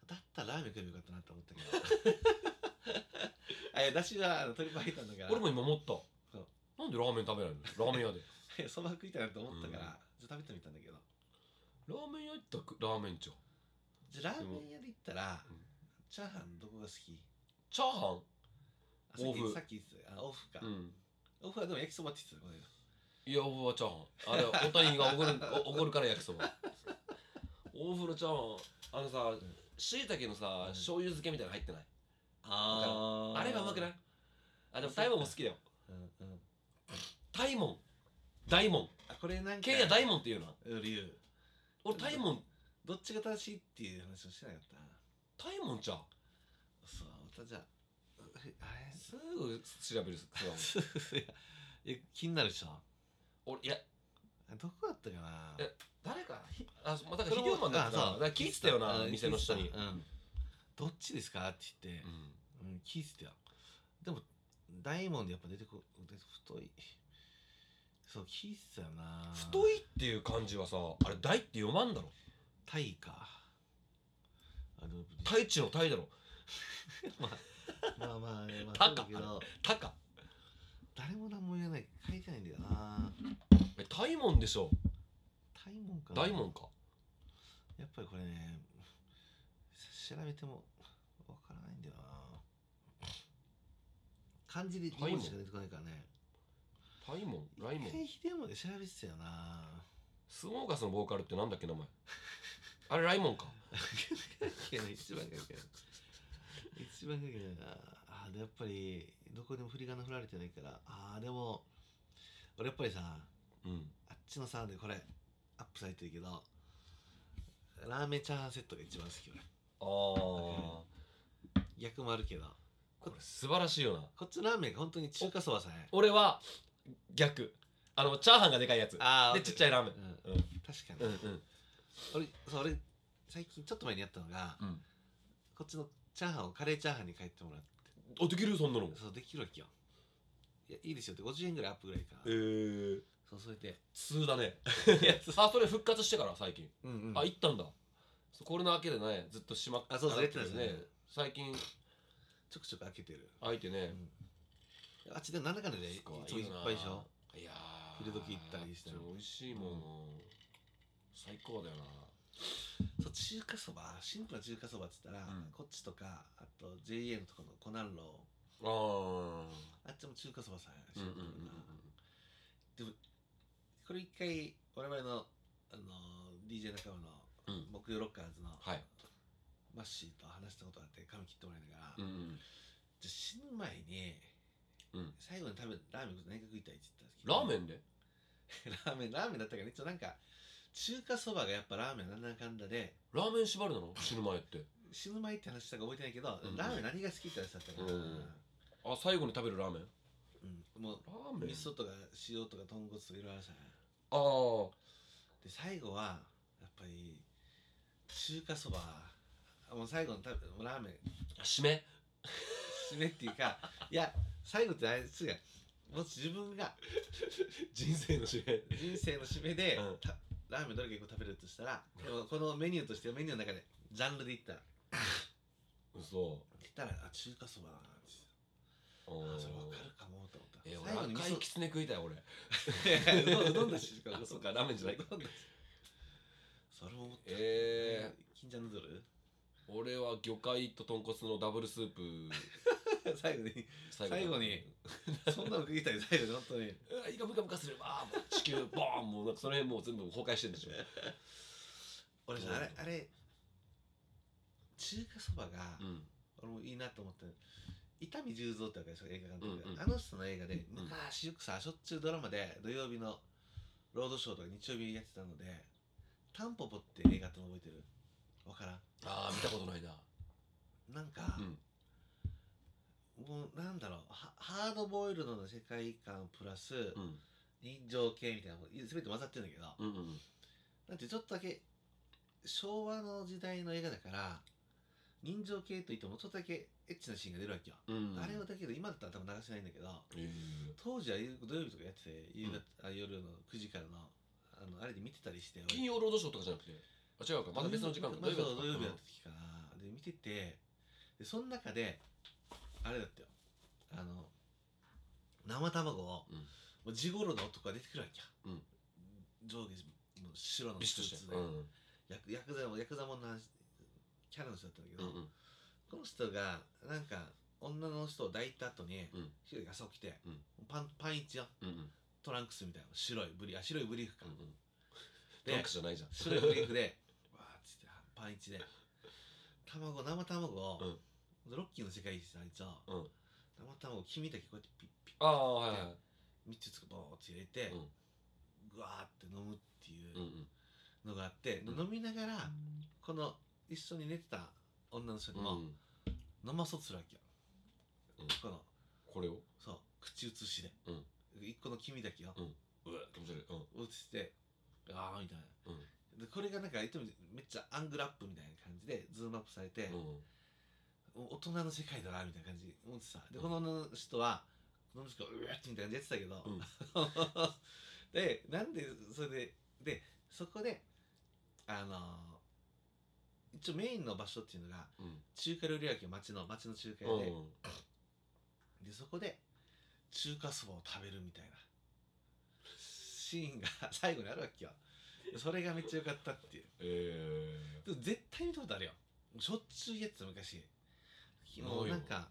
Speaker 6: だったらラーメン食えばよかったなと思ったけ
Speaker 5: <laughs>
Speaker 6: どあいやだしはあの鶏白湯だから
Speaker 5: 俺も今思った
Speaker 6: そう
Speaker 5: なんでラーメン食べないのラーメン
Speaker 6: <laughs>
Speaker 5: 屋で
Speaker 6: いやそば食いたいなと思ったから、
Speaker 5: うん
Speaker 6: じゃあ食べてみたんだけど
Speaker 5: ラーメン屋行ったくラーメンじゃん
Speaker 6: じゃあラーメン屋で行ったら、
Speaker 5: うん
Speaker 6: チャーハンどこが好き
Speaker 5: チャーハ
Speaker 6: あさっ
Speaker 5: 欧
Speaker 6: き
Speaker 5: 風
Speaker 6: さっき言ってたあオフか、
Speaker 5: ンうん
Speaker 6: オフはでも焼きそばって言ってたこの間
Speaker 5: いや、大風呂チャーハン。あれ、大谷がおごる、おおごるから焼きそば。大風呂チャーハン、あのさ
Speaker 6: ん、
Speaker 5: しいたけのさ、
Speaker 6: うん
Speaker 5: 醤油漬けみたいなの入ってない。
Speaker 6: あ
Speaker 5: あれがうまくないあ、でも大門も好きだよ。
Speaker 6: うんうん
Speaker 5: 大門。大門。
Speaker 6: あこれなんか
Speaker 5: ケイヤ大門っていうな。
Speaker 6: 理由
Speaker 5: 俺、大門、
Speaker 6: どっちが正しいっていう話をしてなかった
Speaker 5: 大門ちゃう。
Speaker 6: そうまたじゃああ
Speaker 5: すぐ調べるスマホ
Speaker 6: れ <laughs> いやえ気になる人
Speaker 5: <laughs> 俺いや
Speaker 6: どこだったかな
Speaker 5: え誰かひあまあだからヒゲマンだったなだから聞いてたよな
Speaker 6: うん
Speaker 5: 店の人に
Speaker 6: 聞いてたうんどっちですかって言って、うん、聞いてたよでもダイモンでやっぱ出てこ出て太いそう聞いてたよな
Speaker 5: 太いっていう漢字はさあれ「大」って読まんだろ
Speaker 6: タイかあの
Speaker 5: 太一の「太」だろ
Speaker 6: ま
Speaker 5: <laughs>
Speaker 6: あまあ、まあ、
Speaker 5: タカ
Speaker 6: そうだけど
Speaker 5: 「た」か
Speaker 6: 誰も何も言わない書いてないんだよな
Speaker 5: え大門でしょ
Speaker 6: タイモンかな
Speaker 5: 大門か
Speaker 6: やっぱりこれね調べてもわからないんだよな漢字で2文字しか出てこないからね
Speaker 5: 大門
Speaker 6: 一
Speaker 5: 来門
Speaker 6: 回秀山で調べてたよな
Speaker 5: スモーガスのボーカルってなんだっけ名前あれライモンか
Speaker 6: いや一番関係ない一番関係ないなあーでやっぱりどこでも振り仮名振られてないからああでも俺やっぱりさあ
Speaker 5: うん
Speaker 6: っちのさでこれアップされてるけどラーメンチャーハンセットが一番好き俺 <laughs>
Speaker 5: あー
Speaker 6: 逆もあるけど
Speaker 5: これ素晴らしいよな
Speaker 6: こっちのラーメンが本当に中華そばさね
Speaker 5: 俺は逆あのチャーハンがでかいやつ
Speaker 6: あ
Speaker 5: でちっちゃいラーメン
Speaker 6: うん、
Speaker 5: うん
Speaker 6: 確かに、
Speaker 5: うんうん
Speaker 6: 俺そう俺最近ちょっと前にやったのが、
Speaker 5: うん
Speaker 6: こっちのチャーハンをカレーチャーハンに変えてもらって
Speaker 5: あできるそんなの
Speaker 6: そうできるわけよいやいいですよって50円ぐらいアップぐらいか
Speaker 5: えー
Speaker 6: そうそれで
Speaker 5: 通だね <laughs> あそれ復活してから最近
Speaker 6: うんう
Speaker 5: あ行ったんだそうコロナ明けでねずっと閉まっ
Speaker 6: あそうそう
Speaker 5: だった
Speaker 6: やってたんですね
Speaker 5: 最近
Speaker 6: ちょくちょく開けてる、
Speaker 5: 開いてね
Speaker 6: うんあっちで7金でい
Speaker 5: す
Speaker 6: つも
Speaker 5: ご
Speaker 6: いっぱいでしょ
Speaker 5: いやー
Speaker 6: 昼時行ったりして
Speaker 5: 美味しいもん、最高だよな
Speaker 6: そう中華そばシンプルな中華そばっつったら、
Speaker 5: うん
Speaker 6: こっちとかあと JA のとこのコナンロー
Speaker 5: あー
Speaker 6: あっちも中華そばさ
Speaker 5: うん
Speaker 6: シ
Speaker 5: うん
Speaker 6: ン
Speaker 5: うん
Speaker 6: プ
Speaker 5: う
Speaker 6: ル
Speaker 5: ん
Speaker 6: な、これ一回我々の、あのー DJ 仲間の
Speaker 5: うん
Speaker 6: 木曜ロッカーズの
Speaker 5: はい
Speaker 6: マッシーと話したことがあって髪切ってもらいながら、
Speaker 5: うん
Speaker 6: じ
Speaker 5: うん
Speaker 6: ゃあ死ぬ前に、
Speaker 5: うん
Speaker 6: 最後に食べるラーメン何か食いたいって言
Speaker 5: ラ
Speaker 6: った
Speaker 5: ー
Speaker 6: ん
Speaker 5: メン
Speaker 6: で
Speaker 5: です
Speaker 6: けど <laughs> ラーメンラーメンだったからねちょっとなんか中華そばがやっぱラーメンなんだかんだで
Speaker 5: ラーメン縛るなの死ぬ前って
Speaker 6: 死ぬ前って話したか覚えてないけど、
Speaker 5: うん
Speaker 6: ラーメン何が好きって話だったから、
Speaker 5: うんあ最後に食べるラーメン
Speaker 6: うんもう
Speaker 5: ラーメン
Speaker 6: 味噌とか塩とか豚骨とかいろいろあるじゃない
Speaker 5: ああ
Speaker 6: で最後はやっぱり中華そばもう最後の食べもうラーメン
Speaker 5: 締め
Speaker 6: 締めっていうかいや最後ってあれすがもし自分が
Speaker 5: 人生の締め
Speaker 6: 人生の締めで、
Speaker 5: うん
Speaker 6: たラーメンどれか一個食べるとしたらでもこのメニューとしてメニューの中でジャンルでいったら
Speaker 5: 嘘
Speaker 6: 言ったらあ中華そばだなって
Speaker 5: あ
Speaker 6: あ
Speaker 5: ー
Speaker 6: それ分かるかもと思った
Speaker 5: え
Speaker 6: 最後
Speaker 5: 俺
Speaker 6: に味
Speaker 5: 赤い
Speaker 6: 噌
Speaker 5: きつね食いたい俺
Speaker 6: い <laughs> やうどんうどんだし中華
Speaker 5: あそっかラーメンじゃないう
Speaker 6: どんだしそれも思った
Speaker 5: え
Speaker 6: 金ちゃんヌードル
Speaker 5: ー、俺は魚介と豚骨のダブルスープ
Speaker 6: <laughs> 最後に
Speaker 5: 最
Speaker 6: 最後にそんなの食いたい最後に本当に
Speaker 5: うわ胃がムカムカするわーもう地球ボーンもうなんかその辺もう全部崩壊してんでしょ
Speaker 6: 俺さあれあれ中華そばが、
Speaker 5: うん
Speaker 6: 俺もいいなと思ったの伊丹十三ってわかるでしょ映画監督が、
Speaker 5: うんうん
Speaker 6: あの人の映画で
Speaker 5: うん
Speaker 6: 昔よくさしょっちゅうドラマで土曜日のロードショーとか日曜日やってたので「タンポポ」って映画って覚えてるわからん
Speaker 5: ああ見たことないな
Speaker 6: なんか、もうなんだろうハハードボイルドの世界観プラス
Speaker 5: うんうん
Speaker 6: 人情系みたいなもう全て混ざってるんだけど、
Speaker 5: うんうん
Speaker 6: なんてちょっとだけ昭和の時代の映画だから人情系といってもちょっとだけエッチなシーンが出るわけよ、
Speaker 5: うんうん
Speaker 6: あれはだけど今だったら多分流せないんだけど
Speaker 5: えー
Speaker 6: 当時は夕土曜日とかやってて夕方、あ夜の9時からのあのあれで見てたりして俺
Speaker 5: 金曜ロードショーとかじゃなくてあ違うかまた別の時間
Speaker 6: 土曜日
Speaker 5: だっ
Speaker 6: だったた土曜日だった時かなで見ててでその中であれだったよあの生卵を、
Speaker 5: うん
Speaker 6: もう地頃の男が出てくるわけ
Speaker 5: う
Speaker 6: よ、
Speaker 5: ん
Speaker 6: 上下の白の
Speaker 5: ビシッと
Speaker 6: ス
Speaker 5: して
Speaker 6: ー
Speaker 5: う
Speaker 6: ツで、
Speaker 5: んうん
Speaker 6: ヤクヤクザもヤクザもんの話キャラの人だったんだけ
Speaker 5: う
Speaker 6: ど、
Speaker 5: んうん
Speaker 6: この人がなんか女の人を抱いた後に、
Speaker 5: うん
Speaker 6: 一人で朝起きて、
Speaker 5: うん
Speaker 6: パンパンイチよ
Speaker 5: うんうん
Speaker 6: トランクスみたいな白いブリあ白いブリーフか、
Speaker 5: うんうんトラン
Speaker 6: で
Speaker 5: クじゃないじゃん
Speaker 6: 白いブリーフでわーっつってパンイチで卵生卵を、ロッキーの世界一さ一応、
Speaker 5: うん
Speaker 6: 生卵を君だけこうやってピッピッ
Speaker 5: <laughs> ああはいはい
Speaker 6: 3つつくボーって入れて、
Speaker 5: うん
Speaker 6: ぐわーって飲むっていう
Speaker 5: うんうん
Speaker 6: のがあって、
Speaker 5: うん
Speaker 6: 飲みながらこの一緒に寝てた女の人に
Speaker 5: う
Speaker 6: も、
Speaker 5: ん
Speaker 6: 飲まそうとするわけよ
Speaker 5: うん
Speaker 6: この
Speaker 5: これを
Speaker 6: そう口移しで、
Speaker 5: うん
Speaker 6: 一個の黄身だけを
Speaker 5: うんうわ気持ち悪いうん
Speaker 6: 移してああみたいな
Speaker 5: うん
Speaker 6: でこれがなんかいつもめっちゃアングルアップみたいな感じでズームアップされて、
Speaker 5: うん
Speaker 6: 大人の世界だなみたいな感じ思ってさでこの人はこの人がうわってみたいな感じでやってたけど、
Speaker 5: うん
Speaker 6: <laughs> でなんでそれででそこであの一応メインの場所っていうのが
Speaker 5: うん
Speaker 6: 中華料理屋街町の町の中華
Speaker 5: う
Speaker 6: 屋
Speaker 5: ん
Speaker 6: で,、
Speaker 5: うん
Speaker 6: でそこで中華そばを食べるみたいなシーンが <laughs> 最後にあるわけよそれがめっちゃ良かったっていう
Speaker 5: え
Speaker 6: でも絶対見たことあるよしょっちゅうやってた昔
Speaker 5: ない
Speaker 6: も
Speaker 5: わ
Speaker 6: うなんか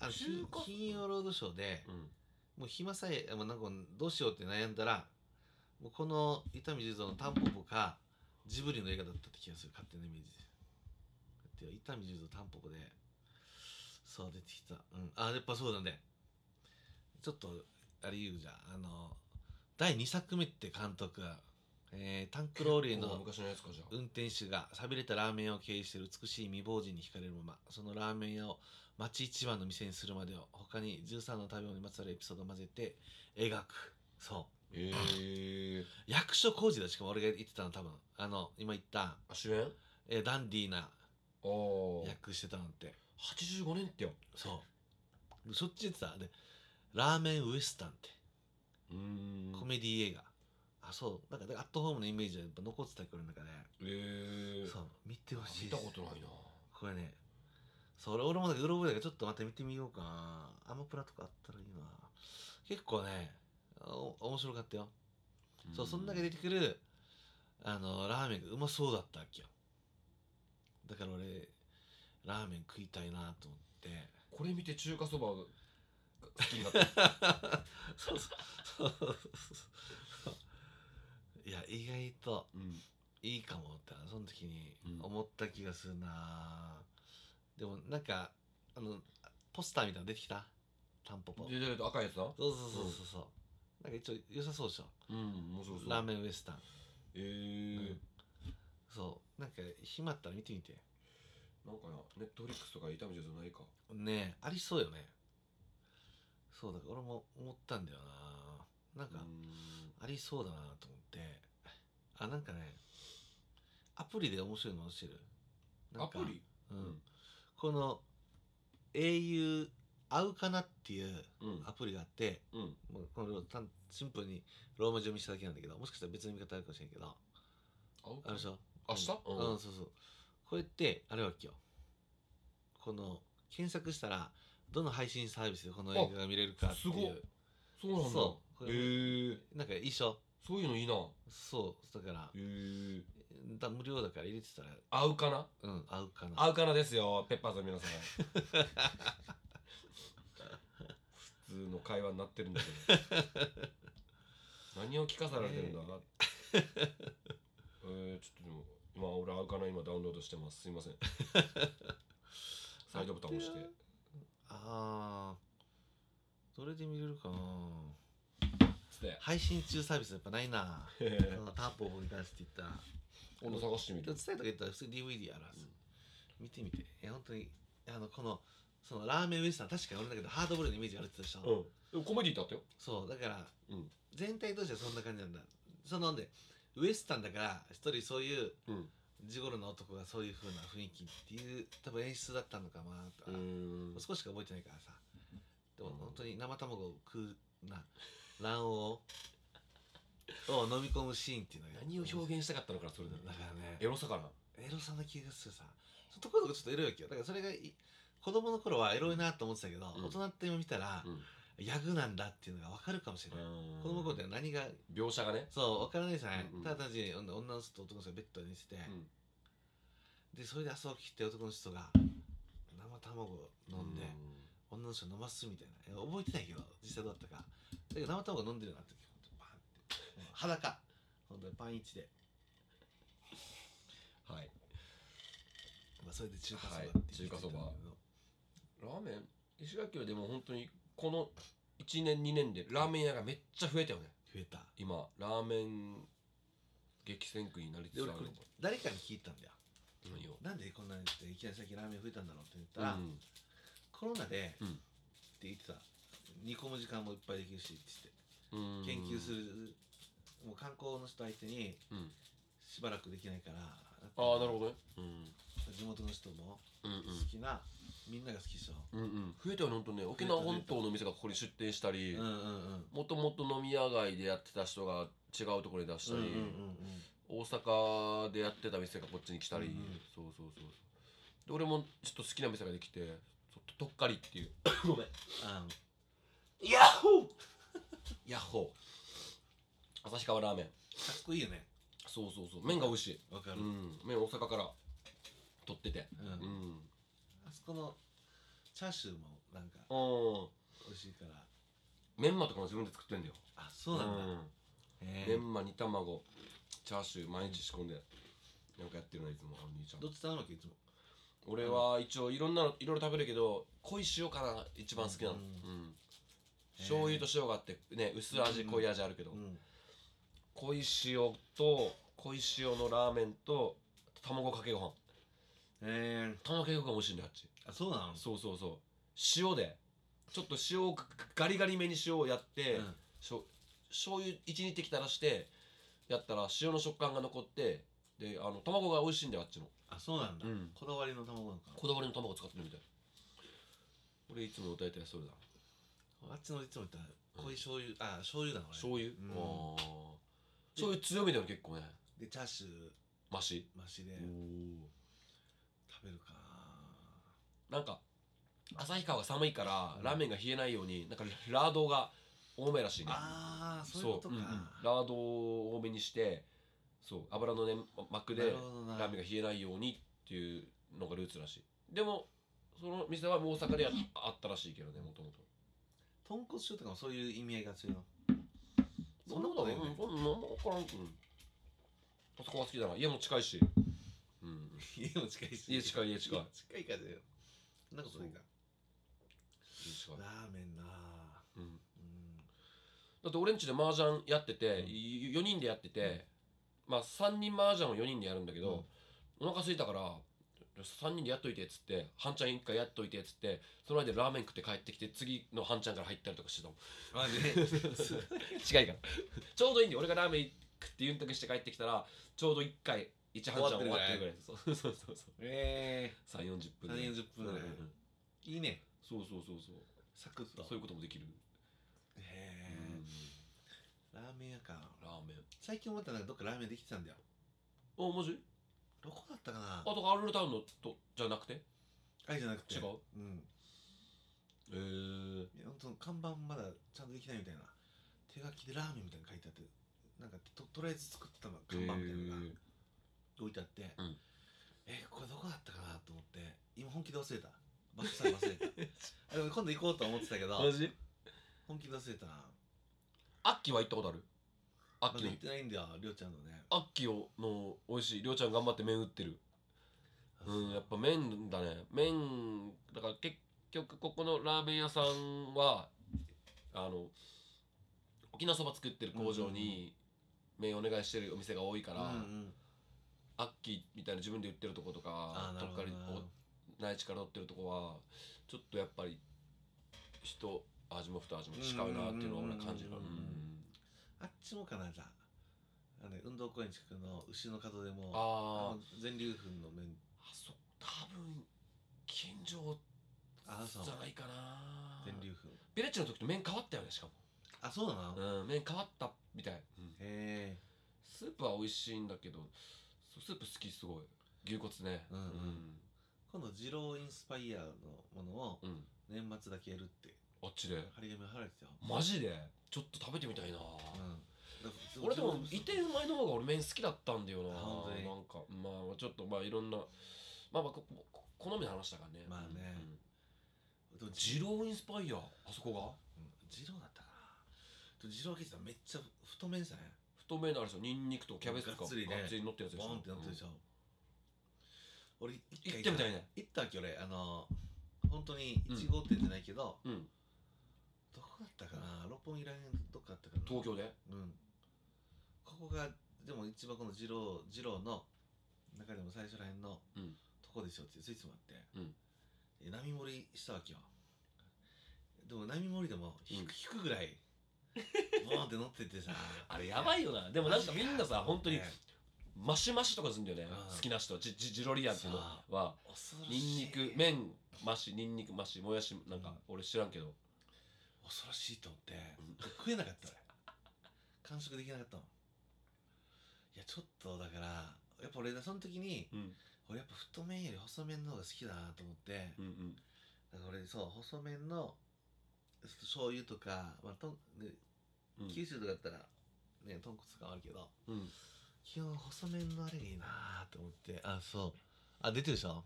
Speaker 6: あの金
Speaker 5: 中華
Speaker 6: 金曜ロードショーで
Speaker 5: ー、うん
Speaker 6: もう暇さえもうなんかどうしようって悩んだらもうこの伊丹十三のタンポポかジブリの映画だったって気がする勝手なイメージでだって伊丹十三タンポポでそう出てきたうんあやっぱそうなんでちょっとあれ言うじゃんあの第2作目って監督が、えータンクローリー
Speaker 5: こう
Speaker 6: の
Speaker 5: 昔のやつかじゃあ
Speaker 6: 運転手が寂れたラーメン屋を経営している美しい未亡人に惹かれるままそのラーメン屋を町一番の店にするまでを他に13の食べ物にまつわるエピソードを混ぜて描くそう
Speaker 5: えー、
Speaker 6: 役所工事だしかも俺が言ってたの多分あの今言った、
Speaker 5: あ主演
Speaker 6: えーダンディーな
Speaker 5: おー
Speaker 6: 役してたのって
Speaker 5: 85年ってよ
Speaker 6: そうそっち言ってたでラーメンウエスタンって
Speaker 5: うーん
Speaker 6: コメディ映画、あそうなんかだからアットホームのイメージはやっぱ残ってたけどなんかね、
Speaker 5: えー、
Speaker 6: そう見てほしい
Speaker 5: 見
Speaker 6: で
Speaker 5: た
Speaker 6: す
Speaker 5: ことないな
Speaker 6: これねそれ俺もだけどうろ覚えだけどちょっとまた見てみようかなアマプラとかあったらいいな結構ねお面白かったよ、そうそん中で出てくるあのラーメンがうまそうだったわけよだから俺ラーメン食いたいなと思って <laughs>
Speaker 5: これ見て中華そばが好きになった <laughs>
Speaker 6: そうそうそうそういや意外と
Speaker 5: うん
Speaker 6: いいかもってその時に
Speaker 5: うん
Speaker 6: 思った気がするな、でもなんかあのポスターみたいなの出てきたタンポポ
Speaker 5: で誰と赤いやつな
Speaker 6: そうそうそうそうそうなんか一応良さそうでしょ
Speaker 5: うん面白そう
Speaker 6: ラーメンウエスタン
Speaker 5: えー、
Speaker 6: そうなんか暇あったら見てみて
Speaker 5: なんかなネットフリックスとか痛みじゃないか
Speaker 6: ねえありそうよねそうだから俺も思ったんだよななん
Speaker 5: うー
Speaker 6: か
Speaker 5: ん
Speaker 6: ありそうだなと思ってあなんかねアプリで面白いの教えるな
Speaker 5: ア
Speaker 6: んか
Speaker 5: プリ
Speaker 6: う
Speaker 5: うんん、
Speaker 6: この au 合うかなっていう
Speaker 5: うん
Speaker 6: アプリがあって、
Speaker 5: うん
Speaker 6: もうこの単シンプルにローマ字読みしただけなんだけどもしかしたら別の見方あるかもしれんけどあるでしょ
Speaker 5: 明日
Speaker 6: うん、
Speaker 5: うん
Speaker 6: うんそうそうこれってあれわけよこの検索したらどの配信サービスでこの映画が見れるかってい
Speaker 5: あすご
Speaker 6: う
Speaker 5: っそうなんだ
Speaker 6: そうこ
Speaker 5: へ
Speaker 6: れ
Speaker 5: えー、
Speaker 6: なんか一緒
Speaker 5: そういうのいいな
Speaker 6: そうだから
Speaker 5: へえー、
Speaker 6: だ無料だから入れてたら
Speaker 5: 合うかな
Speaker 6: うん合うかな
Speaker 5: 合うかなですよペッパーズの皆さん普通の会話になってるんだけど
Speaker 6: <laughs>
Speaker 5: 何を聞かされてるんだ、えー、ちょっとでも今俺合うかな今ダウンロードしてますすいま
Speaker 6: <laughs>
Speaker 5: せんサイドボタン押して
Speaker 6: あーどれで見れるかな
Speaker 5: つって
Speaker 6: 配信中サービスやっぱないなそのタンポポに関して言ったら
Speaker 5: 今度探してみ
Speaker 6: で
Speaker 5: る
Speaker 6: も伝えとか言ったら普通に DVD あるはず、見てみてえ本当にあのこのそのラーメンウエスタン確かに俺だけどハードボールのイメージあるって言ってたでしょ、
Speaker 5: うんでもコメディーだったよ
Speaker 6: そうだから、
Speaker 5: うん
Speaker 6: 全体としてはそんな感じなんだそのでウエスタンだから一人そういう
Speaker 5: うん
Speaker 6: ジゴロの男がそういう風な雰囲気っていう多分演出だったのかなとか、
Speaker 5: ん
Speaker 6: 少しか覚えてないからさでも本当に生卵を食うな <laughs> 卵黄を飲み込むシーンっていうのが
Speaker 5: 何を表現したかったのかなそれな
Speaker 6: だからね
Speaker 5: エロさかな
Speaker 6: エロさな気がするさそのところどころちょっとエロいわけよだからそれがい子供の頃はエロいなと思ってたけど、
Speaker 5: うん
Speaker 6: 大人って今見たら、
Speaker 5: うん
Speaker 6: ヤグなんだっていうのが分かるかもしれない、子供の頃って何が
Speaker 5: 描写がね
Speaker 6: そう分からないじゃない、
Speaker 5: うんうん
Speaker 6: ただ単に女女の人と男の人がベッドに寝てて、でそれで朝起きて男の人が生卵を飲んで、女の人飲ますみたいなえ覚えてないけど実際どうだったかだけど生卵飲んでるなって時ほんとバーンってもう裸本当にパンイチで、
Speaker 5: はい
Speaker 6: まあ、それで中華そば
Speaker 5: はい
Speaker 6: って言って
Speaker 5: 中華そば
Speaker 6: たんだけど
Speaker 5: ラーメン石垣はでも本当にこの1年2年でラーメン屋がめっちゃ増えたよね
Speaker 6: 増えた
Speaker 5: 今ラーメン激戦区になりつつ
Speaker 6: で
Speaker 5: ある
Speaker 6: 俺
Speaker 5: の
Speaker 6: これ誰かに聞いたんだよ
Speaker 5: 何を
Speaker 6: なんでこんなにっていきなり最近ラーメン増えたんだろうって言ったら、
Speaker 5: うん
Speaker 6: コロナで、
Speaker 5: うん
Speaker 6: って言ってた煮込む時間もいっぱいできるしって
Speaker 5: うん
Speaker 6: 言って研究するもう観光の人相手に
Speaker 5: うん
Speaker 6: しばらくできないから
Speaker 5: ああなるほどねうん
Speaker 6: 地元の人も
Speaker 5: うんうん
Speaker 6: 好きな、みんなが好きでしょ、
Speaker 5: うんうん、増えたよねほんとね沖縄本島の店がここに出店したり
Speaker 6: うん、うんうん
Speaker 5: もともと飲み屋街でやってた人が違うところに出した
Speaker 6: うん
Speaker 5: り、
Speaker 6: うん
Speaker 5: 大
Speaker 6: うん
Speaker 5: 阪でやってた店がこっちに来たり、
Speaker 6: うんうん
Speaker 5: そうそうそうで俺もちょっと好きな店ができてちょっととっかりっていうごめん
Speaker 6: あの
Speaker 5: ヤッホーヤッホー旭川ラーメン
Speaker 6: かっこいいよね
Speaker 5: そうそうそう麺が美味しい、
Speaker 6: わか
Speaker 5: う
Speaker 6: る、
Speaker 5: ん、麺大阪から取ってて
Speaker 6: うん
Speaker 5: うん
Speaker 6: あそこのチャーシューもなんか
Speaker 5: うん
Speaker 6: 美味しいから
Speaker 5: メンマとかも自分で作ってんだよ
Speaker 6: あそうなんだ、
Speaker 5: うん
Speaker 6: へ
Speaker 5: メ
Speaker 6: え
Speaker 5: ンマ煮卵チャーシュー毎日仕込んでなんかやってるないつもあの兄ちゃん
Speaker 6: どっち頼むわけいつも
Speaker 5: 俺は一応いろんなのいろいろ食べるけど濃い塩かな一番好きなの、
Speaker 6: うん
Speaker 5: うん醤油と塩があってね薄味
Speaker 6: うん
Speaker 5: 濃い味あるけど、
Speaker 6: うん
Speaker 5: 濃い塩と濃い塩のラーメンと卵かけご飯
Speaker 6: へえ
Speaker 5: 卵かけご飯美味しいんだよあっち
Speaker 6: あそうなの
Speaker 5: そうそうそう塩でちょっと塩をガリガリめに塩をやって、
Speaker 6: うん
Speaker 5: しょ醤油一2滴垂らしてやったら塩の食感が残ってであの卵が美味しいんだよあっちの
Speaker 6: あそうなんだ、
Speaker 5: うん
Speaker 6: こだわりの卵なのか
Speaker 5: こだわりの卵使ってるみたい俺いつも歌いたいそれだ
Speaker 6: あっちのいつも言ったら濃い醤油、あ醤油だな俺
Speaker 5: 醤油、
Speaker 6: うん
Speaker 5: ああ醤油強めだよね結構ね
Speaker 6: でチャーシュー
Speaker 5: マシ
Speaker 6: マシで食べるか
Speaker 5: なんか旭川が寒いから、
Speaker 6: うん
Speaker 5: ラーメンが冷えないようになんかラードが多めらしいね
Speaker 6: ああそういうことか、
Speaker 5: んんラードを多めにしてそう油のね膜
Speaker 6: な
Speaker 5: で
Speaker 6: るほどな
Speaker 5: ラーメンが冷えないようにっていうのがルーツらしいでもその店はもう大阪でやあったらしいけどねもともと
Speaker 6: 豚骨塩とかもそういう意味合いが強いのそ
Speaker 5: そん
Speaker 6: んな
Speaker 5: な
Speaker 6: こ
Speaker 5: こととないいねう
Speaker 6: なよね
Speaker 5: んなんも分からんうんあそこは好きだな家も近いしうん
Speaker 6: 家も近いし
Speaker 5: 家近い家近い
Speaker 6: 近いからだよそんなことないか
Speaker 5: 家近い
Speaker 6: ラーメンな
Speaker 5: うん
Speaker 6: うん
Speaker 5: だって俺んちで麻雀やってて、
Speaker 6: うん
Speaker 5: い4人でやってて、まあ3人麻雀を4人でやるんだけど、お腹空いたから3人でやっといてっつって半ちゃん1回やっといてっつってその間ラーメン食って帰ってきて次の半ちゃんから入ったりとかしてたもん
Speaker 6: あね
Speaker 5: <laughs> 違いからちょうどいいんだよ俺がラーメン食ってゆんたくして帰ってきたらちょうど1回1半ちゃん終わってるぐらいそうそうそうそう
Speaker 6: え
Speaker 5: 3 4 0分
Speaker 6: 3 40分ぐらい
Speaker 5: うんうん
Speaker 6: ー、いいね
Speaker 5: そうそうそうそう
Speaker 6: サクッと
Speaker 5: そういうこともできる、
Speaker 6: へ
Speaker 5: う
Speaker 6: え
Speaker 5: ん
Speaker 6: ラーメン屋か
Speaker 5: ラーメン
Speaker 6: 最近思ったらなんかどっかラーメンできてたんだよ
Speaker 5: おマジ
Speaker 6: どこだったかな
Speaker 5: あとアルルタウンのとじゃなくて
Speaker 6: あれじゃなくて
Speaker 5: 違う
Speaker 6: うん
Speaker 5: えー、
Speaker 6: いやほんと看板まだちゃんとできないみたいな手書きでラーメンみたいなの書いてあってなんかととりあえず作ったの看板みたいなのが置いてあって、
Speaker 5: うん
Speaker 6: えこれどこだったかなと思って今本気で忘れた場所さえ
Speaker 5: <laughs>
Speaker 6: 忘れたあでも今度行こうとは思ってたけど
Speaker 5: マジ
Speaker 6: 本気で忘れたな
Speaker 5: アッキーは行ったことあるア
Speaker 6: ま
Speaker 5: ッ
Speaker 6: だ
Speaker 5: キー
Speaker 6: 行ってないんだよりょうちゃんのね
Speaker 5: アッキーをの美味しいりょうちゃん頑張って麺打ってるうんやっぱ麺だね麺だから結局ここのラーメン屋さんはあの沖縄そば作ってる工場に麺お願いしてるお店が多いから、
Speaker 6: うんうん
Speaker 5: アッキーみたいな自分で売ってるとこと
Speaker 6: あ
Speaker 5: か
Speaker 6: ーな
Speaker 5: と
Speaker 6: る
Speaker 5: っ
Speaker 6: ほ
Speaker 5: か
Speaker 6: ど
Speaker 5: り
Speaker 6: な
Speaker 5: 内地から取ってるとこはちょっとやっぱり人味も二味も違うなっていうのを俺は感じる
Speaker 6: うんうんうんうんあっちもかなじゃああのね運動公園近くの牛の角でも
Speaker 5: ああ
Speaker 6: の全粒粉の麺
Speaker 5: あそ多分近所
Speaker 6: あそう
Speaker 5: じゃないかな
Speaker 6: 全粒粉
Speaker 5: ビレッジの時と麺変わったよねしかも、
Speaker 6: あそうなの、へ
Speaker 5: うん、麺変わったみたい、
Speaker 6: え
Speaker 5: スープは美味しいんだけどそうスープ好きすごい牛骨ね
Speaker 6: うん今度二郎インスパイアのものを
Speaker 5: うん、うん、
Speaker 6: 年末だけやるって
Speaker 5: あっちで
Speaker 6: 張り紙貼られてたよ、
Speaker 5: マジでちょっと食べてみたいな、
Speaker 6: うん、
Speaker 5: 俺でも移転前の方が俺麺好きだったんだよな
Speaker 6: あ本当に
Speaker 5: なんかまあちょっとまあいろんなまあまあここ好みの話だからね
Speaker 6: まあね
Speaker 5: うん
Speaker 6: でも
Speaker 5: 二郎インスパイアあそこが
Speaker 6: うん二郎だったかなでも二郎ケーキさめっちゃ太麺じゃない
Speaker 5: 太麺のあれですよニンニクとキャベツとか
Speaker 6: がっつりね
Speaker 5: がっつり乗ってるやつで
Speaker 6: ボ
Speaker 5: しょ
Speaker 6: ーンってなってるでしょ、俺一
Speaker 5: 行
Speaker 6: 回
Speaker 5: ってみたいね
Speaker 6: 行ったわけ俺あの本当に1号店じゃないけど、
Speaker 5: うん
Speaker 6: どこだったかな六本木らへんどっかだったかな
Speaker 5: 東京で
Speaker 6: うんここがでも一番この二郎二郎の中でも最初らへんの
Speaker 5: うん
Speaker 6: とこでしょっていうスイーツもあって、
Speaker 5: うん
Speaker 6: え波盛りしたわけよでも波盛りでも引く,、引くぐ
Speaker 5: <laughs>
Speaker 6: らいボーンって乗っててさ
Speaker 5: あれやばいよなでもなんかみんなさ本当に
Speaker 6: ね
Speaker 5: マシマシとかするんだよね
Speaker 6: うん
Speaker 5: 好きな人はジジジロリアンっていうのは
Speaker 6: 恐ろしい
Speaker 5: ニンニク麺マシニンニクマシもやしなんか俺知らんけど
Speaker 6: 恐ろしいと思って食えなかった俺完食できなかったもんいやちょっとだからやっぱ俺ねその時に
Speaker 5: うん
Speaker 6: 俺やっぱ太麺より細麺の方が好きだなと思って、
Speaker 5: うんうん
Speaker 6: だから俺そう細麺のちょっと醤油とか、まあ、とんね
Speaker 5: うん
Speaker 6: 九州とかだったらね豚骨とかあるけど
Speaker 5: うん
Speaker 6: 基本細麺のあれがいいなと思ってあそうあ出てるでしょ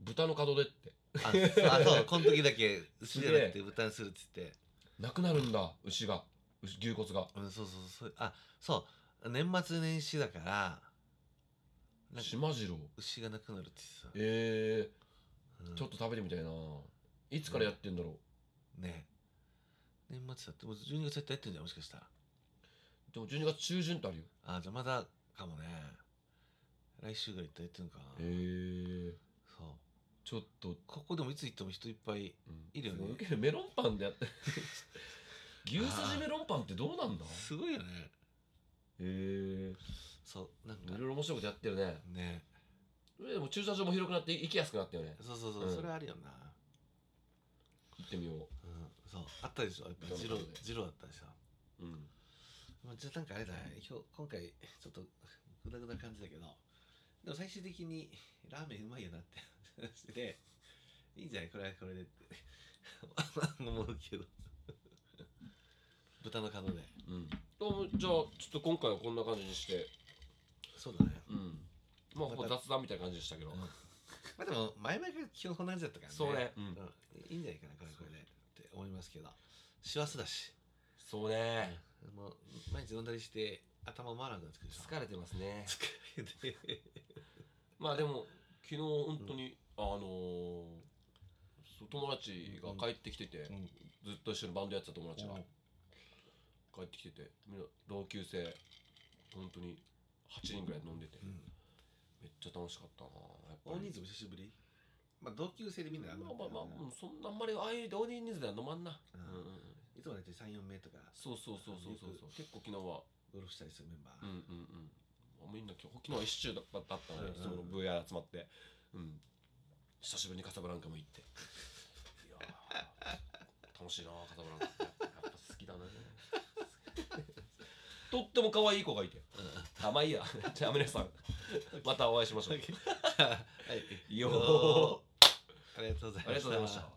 Speaker 5: 豚の角でって <laughs>
Speaker 6: あそうあそうこの時だけ牛じゃな
Speaker 5: すげ
Speaker 6: くて豚にするっつって
Speaker 5: なくなるんだ牛が牛牛骨が
Speaker 6: うんそうそうそうあそう年末年始だからなんか
Speaker 5: 島次郎
Speaker 6: 牛がなくなるって言って
Speaker 5: え
Speaker 6: さ、う
Speaker 5: え
Speaker 6: ん
Speaker 5: ちょっと食べてみたいないつからやってんだろう
Speaker 6: ね年末だってもう12月だってやってんじゃんもしかしたら
Speaker 5: でも12月中旬ってあるよ
Speaker 6: あじゃあまだかもね来週ぐらい行ったらやってんのかな、
Speaker 5: ええ
Speaker 6: そう
Speaker 5: ちょっと
Speaker 6: ここでもいつ行っても人いっぱい
Speaker 5: うん
Speaker 6: いるよね
Speaker 5: すごけどメロンパンでやって <laughs> 牛すじメロンパンってどうなんだ
Speaker 6: すごいよね
Speaker 5: へえ
Speaker 6: そうなんか
Speaker 5: いろいろ面白いことやってるね
Speaker 6: ね
Speaker 5: それでも駐車場も広くなって行きやすくなったよね
Speaker 6: そうそうそう、
Speaker 5: うん
Speaker 6: それあるよな
Speaker 5: 行ってみよ
Speaker 6: うんそうあったでしょやっぱジロージローだったでしょ
Speaker 5: ううん
Speaker 6: まあじゃあなんかあれだ今日今回ちょっとグダグダ感じだけどでも最終的にラーメンうまいよなって話でいいんじゃないこれはこれでって <laughs> 思う <laughs> けど豚の角で
Speaker 5: うんどうもじゃあちょっと今回はこんな感じにして
Speaker 6: そうだね
Speaker 5: うんまあほぼ雑談みたいな感じでしたけど
Speaker 6: まあでも前々から基本こんな感じだったからね
Speaker 5: そうねう
Speaker 6: うん
Speaker 5: ん
Speaker 6: いいんじゃないかなこれはこれでって思いますけど師走だし
Speaker 5: そうね
Speaker 6: もう毎日飲んだりして頭回らなくなってくるでしょ
Speaker 5: 疲れてますね
Speaker 6: 疲れて
Speaker 5: まあでも昨日本当にあのーそう友達が帰ってきてて
Speaker 6: うん
Speaker 5: ずっと一緒にバンドやってた友達が
Speaker 6: うん
Speaker 5: 帰ってきててみんな同級生本当に8人ぐらい飲んでて
Speaker 6: うん
Speaker 5: めっちゃ楽しかったなやっぱ
Speaker 6: 大
Speaker 5: り
Speaker 6: 人数も久しぶりまあ同級生でみんな
Speaker 5: ま
Speaker 6: あ
Speaker 5: あ
Speaker 6: んま
Speaker 5: まあまあ、うんそんなあんまりああいう大人数では飲まんな、
Speaker 6: う
Speaker 5: うんんうんうん、
Speaker 6: いつもだって34名とか
Speaker 5: そうそうそうそうそうそう結構昨日は
Speaker 6: ゴルフしたりするメンバー、
Speaker 5: うんうんうんあみんな今日昨日は一周だっただったので、
Speaker 6: うんうん
Speaker 5: その部屋集まってうん久しぶりにカサブランカも行っていやー楽しいなカサブランカってやっぱやっぱ好き <laughs> だねとっても可愛い子がいて、あまあいいやじゃあ皆さん <laughs> またお会いしましょう
Speaker 6: はい
Speaker 5: よー
Speaker 6: ありがとうございました
Speaker 5: ありがとうございました